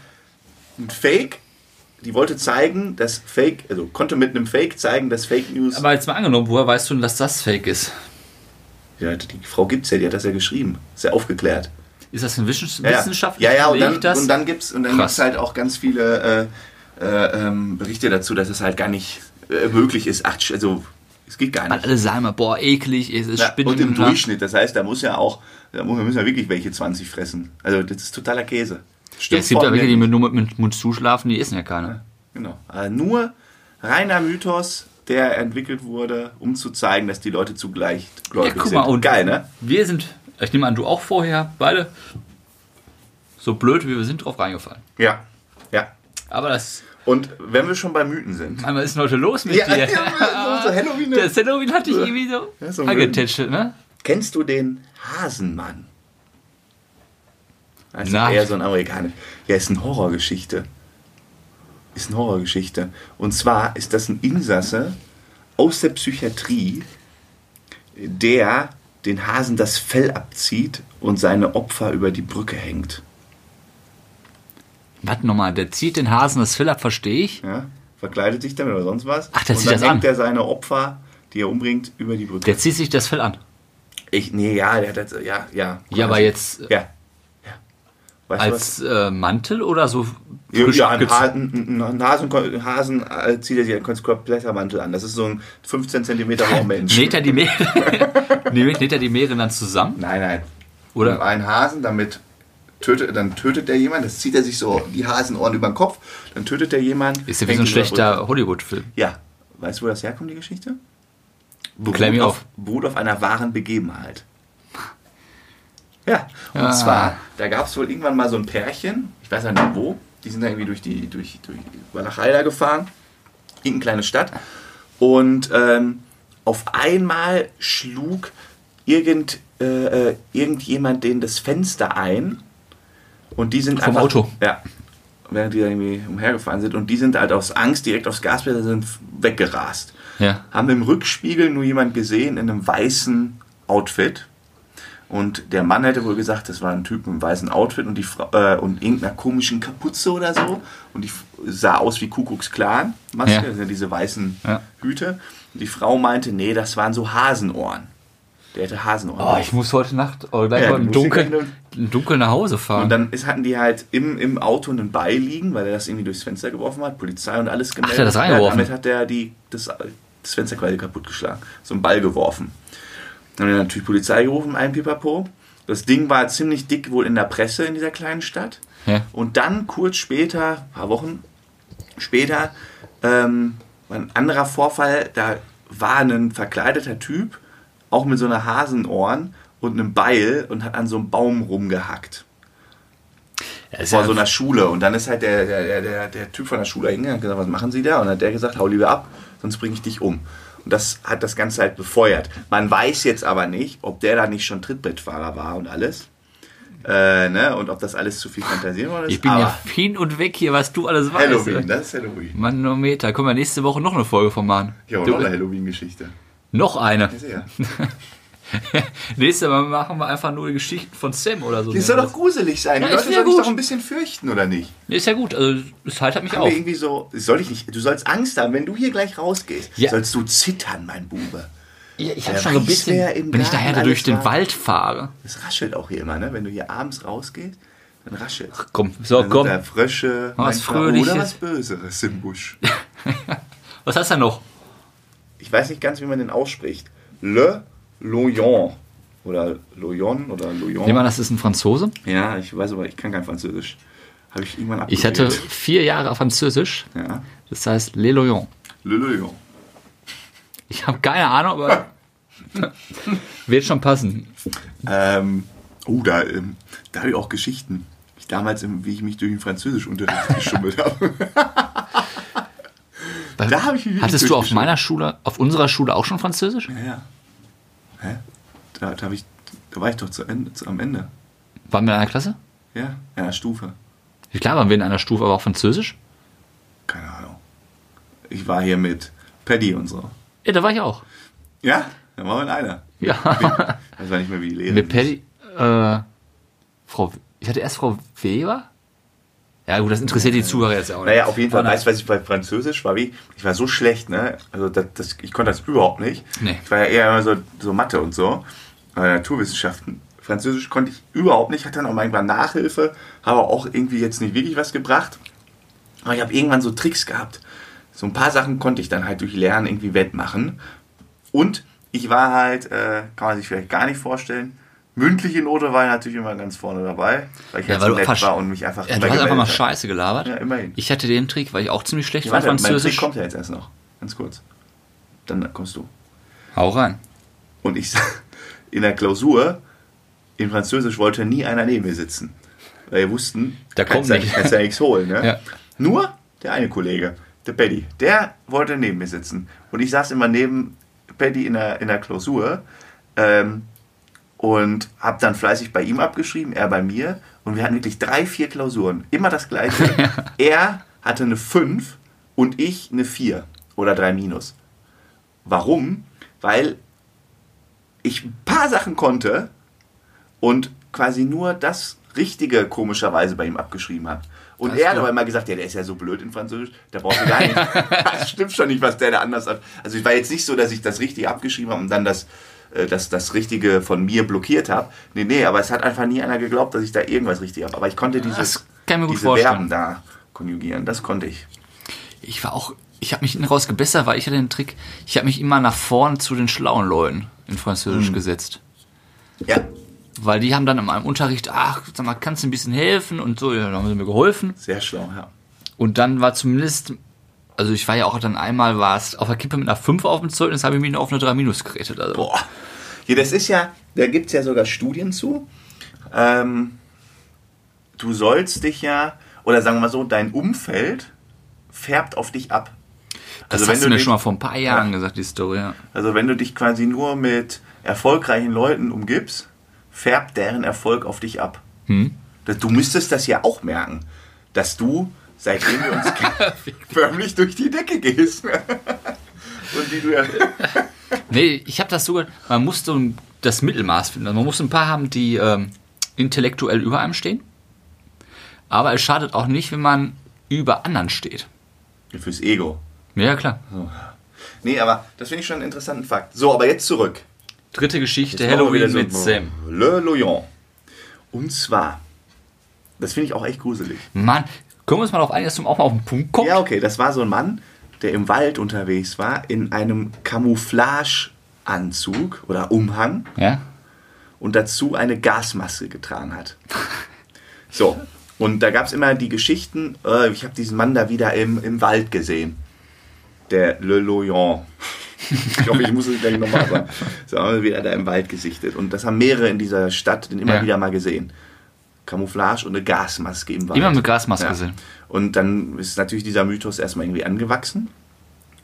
[SPEAKER 1] ein Fake. Die wollte zeigen, dass Fake, also konnte mit einem Fake zeigen, dass Fake News.
[SPEAKER 2] Aber jetzt mal angenommen, woher weißt du denn, dass das fake ist?
[SPEAKER 1] ja, die Frau gibt's ja, die hat das ja geschrieben. Ist ja aufgeklärt.
[SPEAKER 2] Ist das ein Wissens
[SPEAKER 1] Ja, ja.
[SPEAKER 2] Wissenschaftler?
[SPEAKER 1] Ja, ja, und dann,
[SPEAKER 2] das?
[SPEAKER 1] und dann gibt's und dann
[SPEAKER 2] Krass.
[SPEAKER 1] gibt's halt auch ganz viele äh, äh, ähm, Berichte dazu, dass es halt gar nicht äh, möglich ist. Ach, also es geht gar
[SPEAKER 2] Weil
[SPEAKER 1] nicht.
[SPEAKER 2] alle sagen immer, boah, eklig, es ist
[SPEAKER 1] Ja,
[SPEAKER 2] Spinnen.
[SPEAKER 1] und im
[SPEAKER 2] drin.
[SPEAKER 1] Durchschnitt, das heißt, da muss ja auch, da muss- müssen ja wirklich welche 20 fressen. Also das ist totaler Käse.
[SPEAKER 2] Ja,
[SPEAKER 1] Stimmt
[SPEAKER 2] es gibt ja
[SPEAKER 1] voll,
[SPEAKER 2] welche,
[SPEAKER 1] ne?
[SPEAKER 2] die mit, nur mit, mit Mund zuschlafen, die essen ja keine.
[SPEAKER 1] Genau. Äh, nur reiner Mythos, der entwickelt wurde, um zu zeigen, dass die Leute zugleich
[SPEAKER 2] Ja,
[SPEAKER 1] gläubig
[SPEAKER 2] guck
[SPEAKER 1] sind.
[SPEAKER 2] mal, und
[SPEAKER 1] Geil, ne?
[SPEAKER 2] wir sind, ich nehme an, du auch vorher, beide, so blöd wie wir sind, drauf reingefallen.
[SPEAKER 1] Ja. Ja.
[SPEAKER 2] Aber das,
[SPEAKER 1] Und wenn wir schon bei Mythen sind.
[SPEAKER 2] Mann, was ist denn heute los mit
[SPEAKER 1] Ja,
[SPEAKER 2] dir?
[SPEAKER 1] ja, so- so Halloween-
[SPEAKER 2] Das Halloween hatte ich irgendwie so,
[SPEAKER 1] Ja, so
[SPEAKER 2] angetätschelt, ne?
[SPEAKER 1] Kennst du den Hasenmann? Das ist
[SPEAKER 2] Nein.
[SPEAKER 1] eher so ein Amerikaner. Ja, ist eine Horrorgeschichte. Ist eine Horrorgeschichte. Und zwar ist das ein Insasse aus der Psychiatrie, der den Hasen das Fell abzieht und seine Opfer über die Brücke hängt.
[SPEAKER 2] Warte nochmal, der zieht den Hasen das Fell ab, verstehe ich.
[SPEAKER 1] Ja? Verkleidet sich damit oder sonst was.
[SPEAKER 2] Ach, der
[SPEAKER 1] und
[SPEAKER 2] zieht
[SPEAKER 1] dann
[SPEAKER 2] das
[SPEAKER 1] hängt
[SPEAKER 2] an.
[SPEAKER 1] er seine Opfer, die er umbringt, über die Brücke.
[SPEAKER 2] Der zieht sich das Fell an.
[SPEAKER 1] Ich, nee, ja, der hat das, ja, ja.
[SPEAKER 2] Ja, aber jetzt
[SPEAKER 1] Ja. ja. Weißt du was?
[SPEAKER 2] als äh, Mantel oder so?
[SPEAKER 1] Ja,
[SPEAKER 2] frisch
[SPEAKER 1] ja, ein,
[SPEAKER 2] abgez-
[SPEAKER 1] Hasen, ein Hasen, ein Hasen äh, zieht er sich einen kompletter Mantel an. Das ist so ein 15 cm hoher Mensch.
[SPEAKER 2] Näht er die Meere, näht näht er die Meere dann zusammen?
[SPEAKER 1] Nein, nein.
[SPEAKER 2] Oder?
[SPEAKER 1] Ein Hasen, damit tötet, dann tötet er jemanden, das zieht er sich so die Hasenohren über den Kopf, dann tötet er jemanden.
[SPEAKER 2] Ist ja wie so ein
[SPEAKER 1] hängt ihn über der Brücke.
[SPEAKER 2] schlechter Äh, Hollywood-Film.
[SPEAKER 1] Ja. Weißt du, wo das herkommt, die Geschichte?
[SPEAKER 2] Klär mich auf.
[SPEAKER 1] beruht auf einer wahren Begebenheit. Ja, und
[SPEAKER 2] Ah.
[SPEAKER 1] zwar, da gab es wohl irgendwann mal so ein Pärchen, ich weiß ja nicht wo, die sind da irgendwie durch die, durch, durch, über nach Heider gefahren, irgendeine kleine Stadt, und ähm, auf einmal schlug irgend, äh, äh, irgendjemand denen das Fenster ein und die sind
[SPEAKER 2] Vom
[SPEAKER 1] einfach,
[SPEAKER 2] Auto.
[SPEAKER 1] Ja, während die da irgendwie umhergefahren sind und die sind halt aus Angst direkt aufs Gaspedal sind weggerast
[SPEAKER 2] Ja.
[SPEAKER 1] haben im Rückspiegel nur jemand gesehen in einem weißen Outfit. Und der Mann hätte wohl gesagt, das war ein Typ mit einem weißen Outfit und, die Frau, äh, und irgendeiner komischen Kapuze oder so. Und die f- sah aus wie Kuckucks Clan Maske,
[SPEAKER 2] Ja.
[SPEAKER 1] also diese weißen
[SPEAKER 2] Ja.
[SPEAKER 1] Hüte. Und die Frau meinte, nee, das waren so Hasenohren. Der hätte Hasenohren.
[SPEAKER 2] Oh, ich muss heute Nacht oder gleich
[SPEAKER 1] Ja,
[SPEAKER 2] mal im
[SPEAKER 1] du musst hier
[SPEAKER 2] Dunkeln,
[SPEAKER 1] gleich
[SPEAKER 2] im Dunkeln nach Hause fahren.
[SPEAKER 1] und dann ist, hatten die halt im, im Auto einen Ball liegen, weil er das irgendwie durchs Fenster geworfen hat, Polizei und alles gemeldet.
[SPEAKER 2] der hat das
[SPEAKER 1] Ja,
[SPEAKER 2] reingeworfen?
[SPEAKER 1] damit hat er die, das, das Fenster quasi kaputtgeschlagen. So einen Ball geworfen. Dann haben wir natürlich Polizei gerufen, ein Pipapo. Das Ding war halt ziemlich dick wohl in der Presse in dieser kleinen Stadt.
[SPEAKER 2] Ja.
[SPEAKER 1] Und dann kurz später, ein paar Wochen später, ähm, war ein anderer Vorfall, da war ein verkleideter Typ, auch mit so einer Hasenohren und einem Beil und hat an so einem Baum rumgehackt. Ja, vor
[SPEAKER 2] Also
[SPEAKER 1] ja so einer Schule. Und dann ist halt der, der, der, der Typ von der Schule hingegangen und gesagt, was machen Sie da? Und dann hat der gesagt, hau lieber ab, sonst bringe ich dich um. Und das hat das Ganze halt befeuert. Man weiß jetzt aber nicht, ob der da nicht schon Trittbrettfahrer war und alles. Äh, ne? Und ob das alles zu viel Fantasie war.
[SPEAKER 2] Ich bin aber ja hin und weg hier, was du alles weißt.
[SPEAKER 1] Halloween, das ist Halloween.
[SPEAKER 2] Manometer. Kommen wir nächste Woche noch eine Folge von machen.
[SPEAKER 1] Ja, noch eine Halloween-Geschichte.
[SPEAKER 2] Noch eine.
[SPEAKER 1] Ja,
[SPEAKER 2] Nächstes Mal machen wir einfach nur Geschichten von Sam oder so.
[SPEAKER 1] Die soll doch gruselig sein.
[SPEAKER 2] Ja,
[SPEAKER 1] Die
[SPEAKER 2] ist
[SPEAKER 1] Leute
[SPEAKER 2] ja
[SPEAKER 1] sollen sich
[SPEAKER 2] gut.
[SPEAKER 1] doch ein bisschen fürchten, oder nicht?
[SPEAKER 2] Nee, Ist ja gut, also es heitert mich
[SPEAKER 1] Haben
[SPEAKER 2] auf.
[SPEAKER 1] wir irgendwie so, soll ich nicht, du sollst Angst haben, wenn du hier gleich rausgehst,
[SPEAKER 2] Ja.
[SPEAKER 1] sollst du zittern, mein Bube.
[SPEAKER 2] Ja, ich
[SPEAKER 1] Wer
[SPEAKER 2] habe schon so ein
[SPEAKER 1] weiß,
[SPEAKER 2] bisschen,
[SPEAKER 1] wer im
[SPEAKER 2] wenn ich daher
[SPEAKER 1] Laden
[SPEAKER 2] durch
[SPEAKER 1] alles
[SPEAKER 2] den
[SPEAKER 1] war.
[SPEAKER 2] Wald fahre.
[SPEAKER 1] Das raschelt auch hier immer, ne? Wenn du hier abends rausgehst, dann raschelt.
[SPEAKER 2] Komm, so
[SPEAKER 1] Dann sind
[SPEAKER 2] komm. Oh,
[SPEAKER 1] Da Frösche,
[SPEAKER 2] Was
[SPEAKER 1] manchmal-
[SPEAKER 2] Fröhliches.
[SPEAKER 1] oder was Böseres im Busch.
[SPEAKER 2] Was hast du denn noch?
[SPEAKER 1] Ich weiß nicht ganz, wie man den ausspricht. Le Loyon. Oder Loyon oder Loyon.
[SPEAKER 2] Nehmen wir, das ist ein Franzose.
[SPEAKER 1] Ja, ich weiß aber, ich kann kein Französisch. Habe ich irgendwann
[SPEAKER 2] Ich hatte
[SPEAKER 1] abgewählt.
[SPEAKER 2] vier Jahre Französisch,
[SPEAKER 1] Ja.
[SPEAKER 2] das heißt Le Loyon.
[SPEAKER 1] Le Loyon.
[SPEAKER 2] Ich habe keine Ahnung, aber wird schon passen.
[SPEAKER 1] Ähm, oh, da, ähm, da habe ich auch Geschichten. Ich damals, im- wie ich mich durch den Französischunterricht geschummelt habe. Da hab ich mich wirklich
[SPEAKER 2] Hattest du auf
[SPEAKER 1] durchgeschrieben.
[SPEAKER 2] meiner Schule, auf unserer Schule auch schon Französisch?
[SPEAKER 1] Ja, ja. Hä? Da, da, hab ich, da war ich doch zu Ende, zu, am Ende.
[SPEAKER 2] Waren wir in einer Klasse?
[SPEAKER 1] Ja, in einer Stufe.
[SPEAKER 2] Klar waren wir in einer Stufe, aber auch Französisch?
[SPEAKER 1] Keine Ahnung. Ich war hier mit Paddy und so.
[SPEAKER 2] Ja, da war ich auch.
[SPEAKER 1] Ja, dann waren wir in einer.
[SPEAKER 2] Ja.
[SPEAKER 1] Das war nicht mehr wie die Lehrerin.
[SPEAKER 2] Mit Patty, äh, Frau, ich hatte erst Frau Weber? Ja, gut, das interessiert die Zuhörer jetzt auch nicht.
[SPEAKER 1] Naja, auf jeden Fall,
[SPEAKER 2] Aber
[SPEAKER 1] weißt du, was ich bei Französisch war? Wie? Ich war so schlecht, ne? Also, das, das, ich konnte das überhaupt nicht.
[SPEAKER 2] Nee.
[SPEAKER 1] Ich war ja eher immer so, so Mathe und so, äh, Naturwissenschaften. Französisch konnte ich überhaupt nicht, hatte dann auch irgendwann Nachhilfe, habe auch irgendwie jetzt nicht wirklich was gebracht. Aber ich habe irgendwann so Tricks gehabt. So ein paar Sachen konnte ich dann halt durch Lernen irgendwie wettmachen. Und ich war halt, äh, kann man sich vielleicht gar nicht vorstellen, mündliche Note war natürlich immer ganz vorne dabei, weil ich
[SPEAKER 2] Ja,
[SPEAKER 1] halt
[SPEAKER 2] weil
[SPEAKER 1] so
[SPEAKER 2] du
[SPEAKER 1] nett
[SPEAKER 2] versch-
[SPEAKER 1] war und mich einfach
[SPEAKER 2] Ja, du hast einfach
[SPEAKER 1] übergemeldet
[SPEAKER 2] mal
[SPEAKER 1] habe.
[SPEAKER 2] Scheiße gelabert.
[SPEAKER 1] Ja, immerhin.
[SPEAKER 2] Ich hatte den Trick, weil ich auch ziemlich schlecht
[SPEAKER 1] Ja,
[SPEAKER 2] war in
[SPEAKER 1] warte, mein Trick
[SPEAKER 2] Französisch.
[SPEAKER 1] kommt ja jetzt erst noch. Ganz kurz. Dann kommst du.
[SPEAKER 2] Hau rein.
[SPEAKER 1] Und ich sag, in der Klausur in Französisch wollte nie einer neben mir sitzen. Weil wir wussten,
[SPEAKER 2] Da
[SPEAKER 1] kannst
[SPEAKER 2] kommt
[SPEAKER 1] ja-
[SPEAKER 2] nicht.
[SPEAKER 1] kannst ja nichts holen. Ne?
[SPEAKER 2] Ja.
[SPEAKER 1] Nur der eine Kollege, der Paddy, der wollte neben mir sitzen. Und ich saß immer neben Paddy in der, in der Klausur ähm, und habe dann fleißig bei ihm abgeschrieben, er bei mir. Und wir hatten wirklich drei, vier Klausuren. Immer das Gleiche. er hatte eine 5 und ich eine 4 oder 3 minus. Warum? Weil ich ein paar Sachen konnte und quasi nur das Richtige komischerweise bei ihm abgeschrieben habe. Und
[SPEAKER 2] Alles
[SPEAKER 1] er hat
[SPEAKER 2] klar.
[SPEAKER 1] aber immer gesagt, ja, der ist ja so blöd in Französisch, da brauchst du gar nicht. das stimmt schon nicht, was der da anders hat. Also es war jetzt nicht so, dass ich das Richtige abgeschrieben habe und dann das, äh, das, das Richtige von mir blockiert habe. Nee, nee, aber es hat einfach nie einer geglaubt, dass ich da irgendwas richtig habe. Aber ich konnte dieses,
[SPEAKER 2] kann ich mir gut
[SPEAKER 1] diese
[SPEAKER 2] vorstellen.
[SPEAKER 1] Verben da konjugieren, das konnte ich.
[SPEAKER 2] Ich war auch, ich habe mich hinten raus gebessert, weil ich hatte den Trick, ich habe mich immer nach vorn zu den schlauen Leuten in
[SPEAKER 1] Hm.
[SPEAKER 2] Französisch gesetzt.
[SPEAKER 1] Ja,
[SPEAKER 2] Weil die haben dann in meinem Unterricht, ach, sag mal, kannst du ein bisschen helfen und so, ja, dann haben sie mir geholfen.
[SPEAKER 1] sehr schlau, ja.
[SPEAKER 2] Und dann war zumindest, also ich war ja auch dann einmal, war es auf der Kippe mit einer 5 auf dem Zeugnis, habe ich mich noch auf eine 3 minus gerettet. Also.
[SPEAKER 1] Boah. Ja, das ist ja, da gibt es ja sogar Studien zu. Ähm, du sollst dich ja, oder sagen wir mal so, dein Umfeld färbt auf dich ab.
[SPEAKER 2] das
[SPEAKER 1] also wenn
[SPEAKER 2] hast du
[SPEAKER 1] du
[SPEAKER 2] mir
[SPEAKER 1] dich-
[SPEAKER 2] schon mal vor ein paar Jahren gesagt, die Story. Ja.
[SPEAKER 1] Also wenn du dich quasi nur mit erfolgreichen Leuten umgibst, färbt deren Erfolg auf dich ab.
[SPEAKER 2] Hm?
[SPEAKER 1] Das- Du müsstest das ja auch merken, dass du, seitdem wir uns kennen, förmlich durch die Decke gehst. Und die du ja,
[SPEAKER 2] Nee, ich habe das sogar, man muss so ein- das Mittelmaß finden. Also man muss ein paar haben, die ähm, intellektuell über einem stehen. Aber es schadet auch nicht, wenn man über anderen steht.
[SPEAKER 1] fürs Ego.
[SPEAKER 2] Ja, klar.
[SPEAKER 1] Nee, aber das finde ich schon einen interessanten Fakt. So, aber jetzt zurück.
[SPEAKER 2] Dritte Geschichte,
[SPEAKER 1] Jetzt machen wir
[SPEAKER 2] Halloween
[SPEAKER 1] wieder so
[SPEAKER 2] mit Sam.
[SPEAKER 1] Le Loyon. Und zwar, das finde ich auch echt gruselig.
[SPEAKER 2] Mann, können wir uns mal auf einiges zum auch mal auf den Punkt kommen?
[SPEAKER 1] Ja, okay, das war so ein Mann, der im Wald unterwegs war, in einem Camouflageanzug oder Umhang
[SPEAKER 2] ja?
[SPEAKER 1] und dazu eine Gasmaske getragen hat. So, und da gab es immer die Geschichten, äh, ich habe diesen Mann da wieder im, im Wald gesehen. Der Le Loyon. Ich hoffe, ich muss es gleich nochmal sagen. So haben wir wieder da im Wald gesichtet. Und das haben mehrere in dieser Stadt den immer
[SPEAKER 2] Ja.
[SPEAKER 1] wieder mal gesehen. Camouflage und eine Gasmaske im Wald.
[SPEAKER 2] Immer mit Gasmaske
[SPEAKER 1] Ja.
[SPEAKER 2] sind.
[SPEAKER 1] Und dann ist natürlich dieser Mythos erstmal irgendwie angewachsen.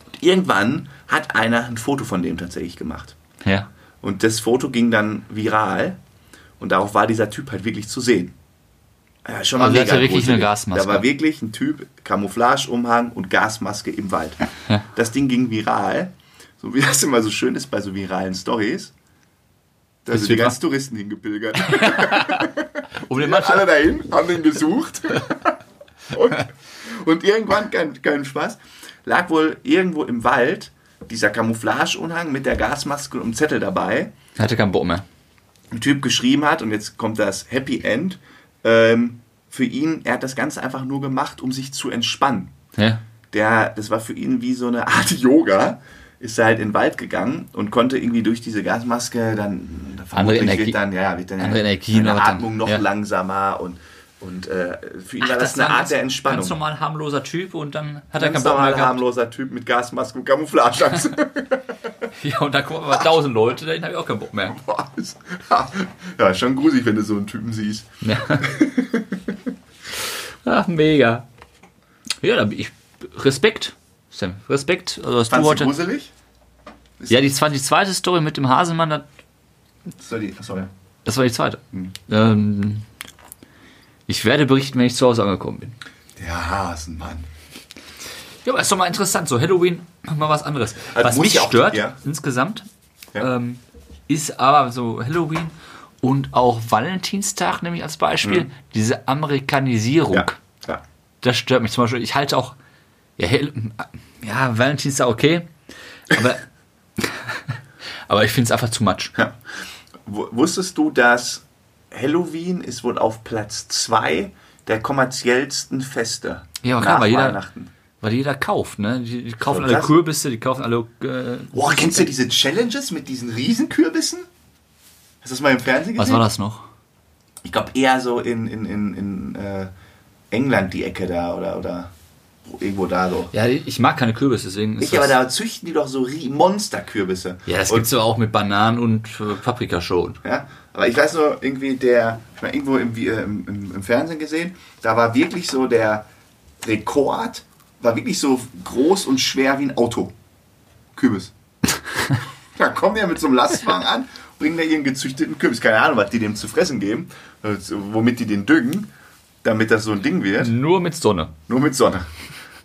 [SPEAKER 1] Und irgendwann hat einer ein Foto von dem tatsächlich gemacht.
[SPEAKER 2] Ja.
[SPEAKER 1] Und das Foto ging dann viral und darauf war dieser Typ halt wirklich zu sehen. Ja, schon mal
[SPEAKER 2] Also der
[SPEAKER 1] mega
[SPEAKER 2] hatte wirklich
[SPEAKER 1] gruselig.
[SPEAKER 2] eine Gasmaske.
[SPEAKER 1] Da war wirklich ein Typ, Camouflageumhang und Gasmaske im Wald. Das Ding ging viral, so wie das immer so schön ist bei so viralen Stories. Da
[SPEAKER 2] Ist
[SPEAKER 1] sind die
[SPEAKER 2] wieder-
[SPEAKER 1] ganzen Touristen hingepilgert.
[SPEAKER 2] Um den
[SPEAKER 1] Sind alle dahin, haben den gesucht. Und, und irgendwann, kein, kein Spaß, lag wohl irgendwo im Wald dieser Camouflageumhang mit der Gasmaske und einem Zettel dabei
[SPEAKER 2] hatte keinen Bock mehr.
[SPEAKER 1] ein Typ geschrieben hat, und jetzt kommt das Happy End, ähm, für ihn, er hat das Ganze einfach nur gemacht, um sich zu entspannen.
[SPEAKER 2] Ja.
[SPEAKER 1] Der, das war für ihn wie so eine Art Yoga, ist er halt in den Wald gegangen und konnte irgendwie durch diese Gasmaske dann vermutlich
[SPEAKER 2] Energie-
[SPEAKER 1] wird dann, ja, wird dann
[SPEAKER 2] andere
[SPEAKER 1] ja,
[SPEAKER 2] Energien
[SPEAKER 1] seine
[SPEAKER 2] auch dann,
[SPEAKER 1] Atmung noch
[SPEAKER 2] ja.
[SPEAKER 1] langsamer und, und äh, für ihn war das,
[SPEAKER 2] war
[SPEAKER 1] eine
[SPEAKER 2] ein
[SPEAKER 1] Art der
[SPEAKER 2] ganz-
[SPEAKER 1] Entspannung.
[SPEAKER 2] Ganz normal harmloser Typ und dann hat er
[SPEAKER 1] Ganz
[SPEAKER 2] keinen Bock mehr
[SPEAKER 1] normaler,
[SPEAKER 2] gehabt.
[SPEAKER 1] harmloser Typ mit Gasmaske und Camouflage.
[SPEAKER 2] Ja, und dann kommen aber tausend Leute, dahin habe ich auch keinen Bock mehr.
[SPEAKER 1] Boah, ist- ja, schon gruselig, wenn du so einen Typen siehst.
[SPEAKER 2] Ja. Ach, mega. Ja, da bin ich. Respekt, Sam. Respekt. Also, was du
[SPEAKER 1] Fandst du
[SPEAKER 2] heute.
[SPEAKER 1] gruselig?
[SPEAKER 2] Ja, die, zwe- die zweite Story mit dem Hasemann, das,
[SPEAKER 1] Soll die, sorry.
[SPEAKER 2] das war die zweite.
[SPEAKER 1] Hm.
[SPEAKER 2] Ähm, ich werde berichten, wenn ich zu Hause angekommen bin.
[SPEAKER 1] Der Hasenmann.
[SPEAKER 2] Ja, aber ist doch mal interessant. So Halloween, mal was anderes.
[SPEAKER 1] Also
[SPEAKER 2] was
[SPEAKER 1] muss
[SPEAKER 2] mich
[SPEAKER 1] ja auch-
[SPEAKER 2] stört
[SPEAKER 1] ja.
[SPEAKER 2] insgesamt,
[SPEAKER 1] Ja.
[SPEAKER 2] ähm, ist aber so Halloween und auch Valentinstag, nämlich als Beispiel, diese Amerikanisierung.
[SPEAKER 1] Mhm. Ja. ja.
[SPEAKER 2] Das stört mich zum Beispiel. Ich halte auch, ja, Hell- ja Valentinstag okay, aber, aber ich finde es einfach zu much.
[SPEAKER 1] Ja. W- Wusstest du, dass Halloween ist wohl auf Platz 2 der kommerziellsten Feste?
[SPEAKER 2] Ja, aber klar, weil jeder-
[SPEAKER 1] Weihnachten.
[SPEAKER 2] Weil jeder kauft, ne? Die, die kaufen
[SPEAKER 1] Voll
[SPEAKER 2] alle
[SPEAKER 1] krass.
[SPEAKER 2] Kürbisse, die kaufen alle. Äh,
[SPEAKER 1] Boah, kennst du diese Challenges mit diesen Riesenkürbissen? Hast du das mal im Fernsehen gesehen?
[SPEAKER 2] was war das noch?
[SPEAKER 1] Ich glaube eher so in, in, in, in äh, England die Ecke da oder, oder wo- irgendwo da so.
[SPEAKER 2] Ja, ich mag keine Kürbisse, deswegen ist
[SPEAKER 1] Ich, aber
[SPEAKER 2] das.
[SPEAKER 1] da züchten die doch so Rie- Monsterkürbisse.
[SPEAKER 2] ja, das
[SPEAKER 1] Und-
[SPEAKER 2] gibt's aber auch mit Bananen und äh, Paprika schon.
[SPEAKER 1] Ja? Aber ich weiß nur, irgendwie der, ich habe irgendwo im, äh, im, im, im Fernsehen gesehen, da war wirklich so der Rekord, war wirklich so groß und schwer wie ein Auto. Kürbis. da kommen die ja mit so einem Lastwagen an, bringen da ihren gezüchteten Kürbis. Keine Ahnung, was die dem zu fressen geben, äh, womit die den düngen, damit das so ein Ding wird.
[SPEAKER 2] Nur mit Sonne.
[SPEAKER 1] Nur mit Sonne.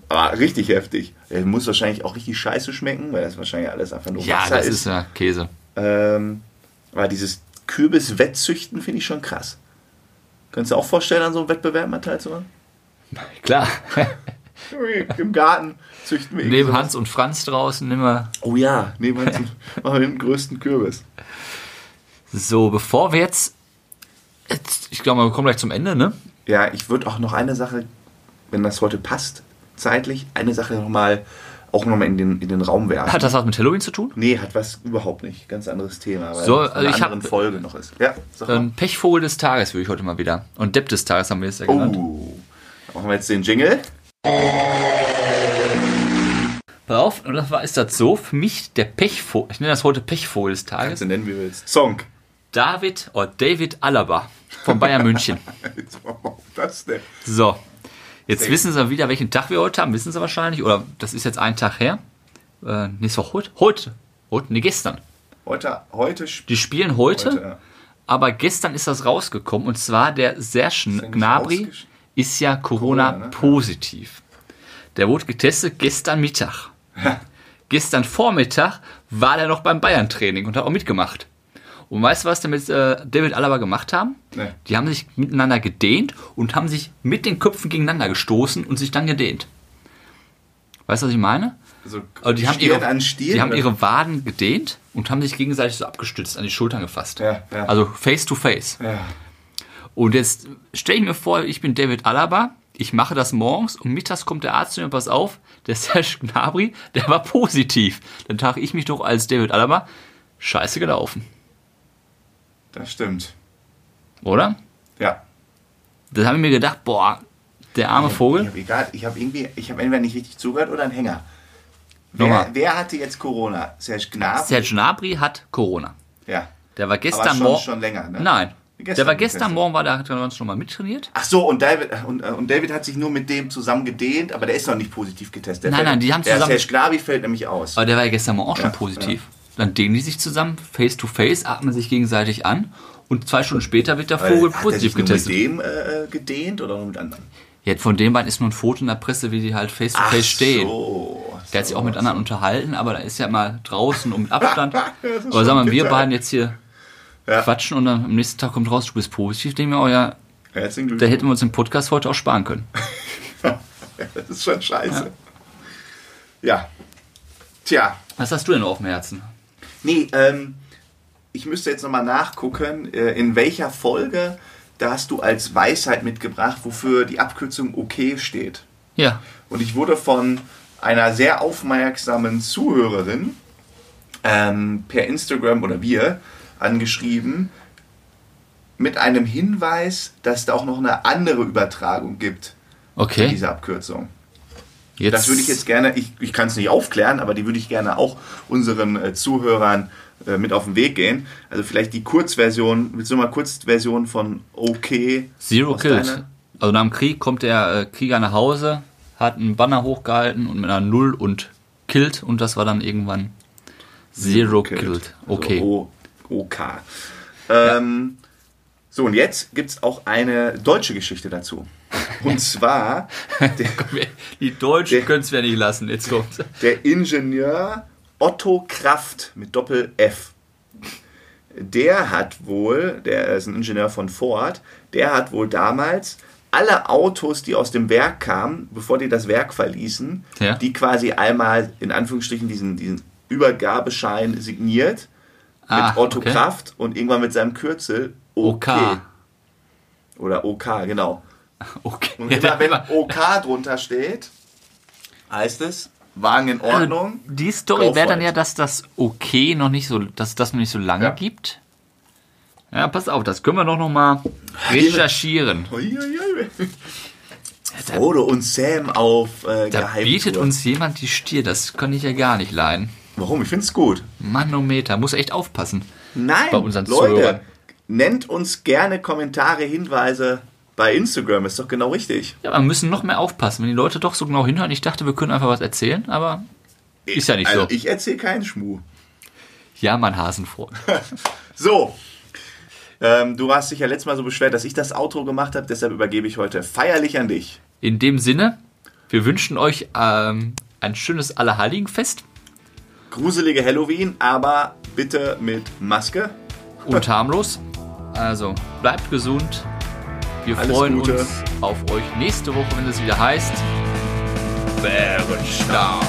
[SPEAKER 1] Aber richtig heftig. Der muss wahrscheinlich auch richtig scheiße schmecken, weil das wahrscheinlich alles einfach nur
[SPEAKER 2] Ja,
[SPEAKER 1] Wasser
[SPEAKER 2] das
[SPEAKER 1] ist.
[SPEAKER 2] ist ja Käse.
[SPEAKER 1] Ähm, aber dieses Kürbis-Wettzüchten finde ich schon krass. Könntest du dir auch vorstellen, an so einem Wettbewerb mal teilzumachen?
[SPEAKER 2] Klar.
[SPEAKER 1] Im Garten züchten wir irgendwie
[SPEAKER 2] Neben
[SPEAKER 1] so-
[SPEAKER 2] Hans und Franz draußen immer.
[SPEAKER 1] Oh ja, nehmen wir den, machen wir den größten Kürbis.
[SPEAKER 2] So, bevor wir jetzt. jetzt ich glaube, wir kommen gleich zum Ende, ne?
[SPEAKER 1] Ja, ich würde auch noch eine Sache, wenn das heute passt, zeitlich, eine Sache nochmal auch nochmal in den, in den Raum werfen.
[SPEAKER 2] Hat das was mit Halloween zu tun?
[SPEAKER 1] nee, hat was überhaupt nicht. Ganz anderes Thema, weil
[SPEAKER 2] So,
[SPEAKER 1] das in
[SPEAKER 2] also
[SPEAKER 1] einer
[SPEAKER 2] ich hab-
[SPEAKER 1] anderen Folge noch ist. Ja, sag mal.
[SPEAKER 2] Ähm, Pechvogel des Tages würde ich heute mal wieder. Und Depp des Tages haben wir jetzt ja
[SPEAKER 1] Oh,
[SPEAKER 2] genannt.
[SPEAKER 1] machen wir jetzt den Jingle.
[SPEAKER 2] Pass auf, und das war, ist das so, für mich der Pechvogel, ich nenne das heute Pechvogel des Tages,
[SPEAKER 1] Kannst du nennen, wie du willst. Song.
[SPEAKER 2] David oder David Alaba von Bayern München.
[SPEAKER 1] Das denn?
[SPEAKER 2] So, jetzt wissen Sie wieder, welchen Tag wir heute haben, wissen Sie wahrscheinlich, oder das ist jetzt ein Tag her. Äh, nee, es war heute, heute, heute, nee, gestern.
[SPEAKER 1] Heute, heute spielt
[SPEAKER 2] Die spielen heute,
[SPEAKER 1] Heute, ja.
[SPEAKER 2] aber gestern ist das rausgekommen und zwar der Serge
[SPEAKER 1] nicht
[SPEAKER 2] Gnabry
[SPEAKER 1] rausgesch-
[SPEAKER 2] ist ja Corona,
[SPEAKER 1] Corona, ne?
[SPEAKER 2] positiv. Der wurde getestet gestern Mittag. gestern Vormittag war der noch beim Bayern Training und hat auch mitgemacht. Und weißt du, was die mit äh, David Alaba gemacht haben?
[SPEAKER 1] Nee.
[SPEAKER 2] Die haben sich miteinander gedehnt und haben sich mit den Köpfen gegeneinander gestoßen und sich dann gedehnt. Weißt du, was ich meine?
[SPEAKER 1] so
[SPEAKER 2] Also die haben,
[SPEAKER 1] Stirn
[SPEAKER 2] ihre,
[SPEAKER 1] an Stirn.
[SPEAKER 2] die haben
[SPEAKER 1] oder?
[SPEAKER 2] ihre Waden gedehnt und haben sich gegenseitig so abgestützt, an die Schultern gefasst.
[SPEAKER 1] Ja, ja.
[SPEAKER 2] Also face to face.
[SPEAKER 1] ja.
[SPEAKER 2] Und jetzt stelle ich mir vor, ich bin David Alaba, ich mache das morgens und mittags kommt der Arzt zu mir und pass auf, der Serge Gnabry, der war positiv. Dann trage ich mich doch als David Alaba scheiße gelaufen,
[SPEAKER 1] Das stimmt.
[SPEAKER 2] oder?
[SPEAKER 1] Ja.
[SPEAKER 2] Das habe ich mir gedacht, boah, der arme
[SPEAKER 1] Ich
[SPEAKER 2] Vogel.
[SPEAKER 1] habe egal, ich habe irgendwie, ich habe entweder nicht richtig zugehört oder einen Hänger.
[SPEAKER 2] Nochmal.
[SPEAKER 1] Wer, wer hatte jetzt Corona? Serge Gnabry?
[SPEAKER 2] Serge Gnabry hat Corona.
[SPEAKER 1] Ja.
[SPEAKER 2] Der war
[SPEAKER 1] Aber
[SPEAKER 2] gestern
[SPEAKER 1] schon,
[SPEAKER 2] Morgen.
[SPEAKER 1] schon länger, ne?
[SPEAKER 2] Nein,
[SPEAKER 1] Gestern,
[SPEAKER 2] Der war gestern Morgen, war da, hat er ganz normal mittrainiert.
[SPEAKER 1] Ach so, und David, und, äh, und David hat sich nur mit dem zusammen gedehnt, aber der ist noch nicht positiv getestet. Der
[SPEAKER 2] Nein,
[SPEAKER 1] fällt,
[SPEAKER 2] nein, die haben
[SPEAKER 1] der
[SPEAKER 2] zusammen-
[SPEAKER 1] Herr Schlavi fällt nämlich aus.
[SPEAKER 2] Aber der war ja gestern Morgen auch schon positiv. Dann dehnen die sich zusammen, face to face, atmen sich gegenseitig an und zwei Stunden später wird der Vogel
[SPEAKER 1] Hat er
[SPEAKER 2] positiv
[SPEAKER 1] sich nur
[SPEAKER 2] getestet.
[SPEAKER 1] mit dem äh, äh, gedehnt oder nur mit anderen?
[SPEAKER 2] Jetzt von dem beiden ist nur ein Foto in der Presse, wie die halt face to face stehen.
[SPEAKER 1] so.
[SPEAKER 2] Der hat sich auch mit anderen unterhalten, aber da ist ja mal draußen und mit Abstand.
[SPEAKER 1] Ja, das ist
[SPEAKER 2] aber sagen wir,
[SPEAKER 1] schon
[SPEAKER 2] wir
[SPEAKER 1] bitter.
[SPEAKER 2] beiden jetzt hier
[SPEAKER 1] Ja.
[SPEAKER 2] quatschen und dann am nächsten Tag kommt raus, du bist positiv, denken wir, oh ja,
[SPEAKER 1] Herzlichen
[SPEAKER 2] da
[SPEAKER 1] Glückwunsch.
[SPEAKER 2] hätten wir uns den Podcast heute auch sparen können.
[SPEAKER 1] Das ist schon scheiße. Ja. Tja.
[SPEAKER 2] Was hast du denn auf dem Herzen?
[SPEAKER 1] Nee, ähm, ich müsste jetzt nochmal nachgucken, äh, in welcher Folge da hast du als Weisheit mitgebracht, wofür die Abkürzung okay steht.
[SPEAKER 2] Ja,
[SPEAKER 1] Und ich wurde von einer sehr aufmerksamen Zuhörerin ähm, per Instagram oder wir angeschrieben mit einem Hinweis, dass da auch noch eine andere Übertragung gibt
[SPEAKER 2] okay.
[SPEAKER 1] dieser Abkürzung.
[SPEAKER 2] Jetzt,
[SPEAKER 1] Das würde ich jetzt gerne, ich, ich kann es nicht aufklären, aber die würde ich gerne auch unseren äh, Zuhörern äh, mit auf den Weg gehen. Also vielleicht die Kurzversion, willst du mal Kurzversion von okay?
[SPEAKER 2] Zero
[SPEAKER 1] aus
[SPEAKER 2] Kills.
[SPEAKER 1] deiner-
[SPEAKER 2] Also nach dem Krieg kommt der äh, Krieger nach Hause, hat einen Banner hochgehalten und mit einer Null und killt und das war dann irgendwann Zero Killed. Okay.
[SPEAKER 1] Also o OK. Ähm, So, und jetzt gibt es auch eine deutsche Geschichte dazu. Und zwar der,
[SPEAKER 2] Die Deutschen können es ja nicht lassen. Jetzt kommt.
[SPEAKER 1] der Ingenieur Otto Kraft mit Doppel F. Der hat wohl, der ist ein Ingenieur von Ford, der hat wohl damals alle Autos, die aus dem Werk kamen, bevor die das Werk verließen,
[SPEAKER 2] Ja.
[SPEAKER 1] die quasi einmal in Anführungsstrichen diesen, diesen Übergabeschein signiert
[SPEAKER 2] Ah,
[SPEAKER 1] mit Otto
[SPEAKER 2] okay.
[SPEAKER 1] Kraft und irgendwann mit seinem Kürzel OK.
[SPEAKER 2] OK.
[SPEAKER 1] Oder OK, genau.
[SPEAKER 2] Okay.
[SPEAKER 1] Und
[SPEAKER 2] Ja,
[SPEAKER 1] immer wenn
[SPEAKER 2] immer.
[SPEAKER 1] OK drunter steht, heißt es, Wagen in
[SPEAKER 2] Ah,
[SPEAKER 1] Ordnung.
[SPEAKER 2] Die Story
[SPEAKER 1] Go
[SPEAKER 2] wäre
[SPEAKER 1] for
[SPEAKER 2] dann
[SPEAKER 1] it.
[SPEAKER 2] ja, dass das okay noch nicht so, dass es das noch nicht so lange
[SPEAKER 1] Ja.
[SPEAKER 2] gibt. Ja, pass auf, das können wir doch noch mal recherchieren.
[SPEAKER 1] Uiuiui. Frodo und Sam auf äh,
[SPEAKER 2] Da bietet
[SPEAKER 1] Geheimtour.
[SPEAKER 2] uns jemand die Stier, das kann ich ja gar nicht leiden.
[SPEAKER 1] Warum? Ich find's gut.
[SPEAKER 2] Manometer, muss echt aufpassen.
[SPEAKER 1] Nein,
[SPEAKER 2] Bei unseren
[SPEAKER 1] Leute,
[SPEAKER 2] Zuhörern.
[SPEAKER 1] nennt uns gerne Kommentare, Hinweise bei Instagram. Ist doch genau richtig.
[SPEAKER 2] Ja, wir müssen noch mehr aufpassen, wenn die Leute doch so genau hinhören. Ich dachte, wir können einfach was erzählen, aber ist ja nicht
[SPEAKER 1] also
[SPEAKER 2] so.
[SPEAKER 1] ich erzähle keinen Schmuh.
[SPEAKER 2] Ja, mein Hasenfroh.
[SPEAKER 1] So. Ähm, du hast dich ja letztes Mal so beschwert, dass ich das Outro gemacht habe. Deshalb übergebe ich heute feierlich an dich.
[SPEAKER 2] In dem Sinne, wir wünschen euch ähm, ein schönes Allerheiligenfest
[SPEAKER 1] Gruselige Halloween, aber bitte mit Maske.
[SPEAKER 2] und harmlos. Also bleibt gesund. Wir
[SPEAKER 1] Alles
[SPEAKER 2] freuen
[SPEAKER 1] Gute.
[SPEAKER 2] uns auf euch nächste Woche, wenn es wieder heißt. Bärenstark.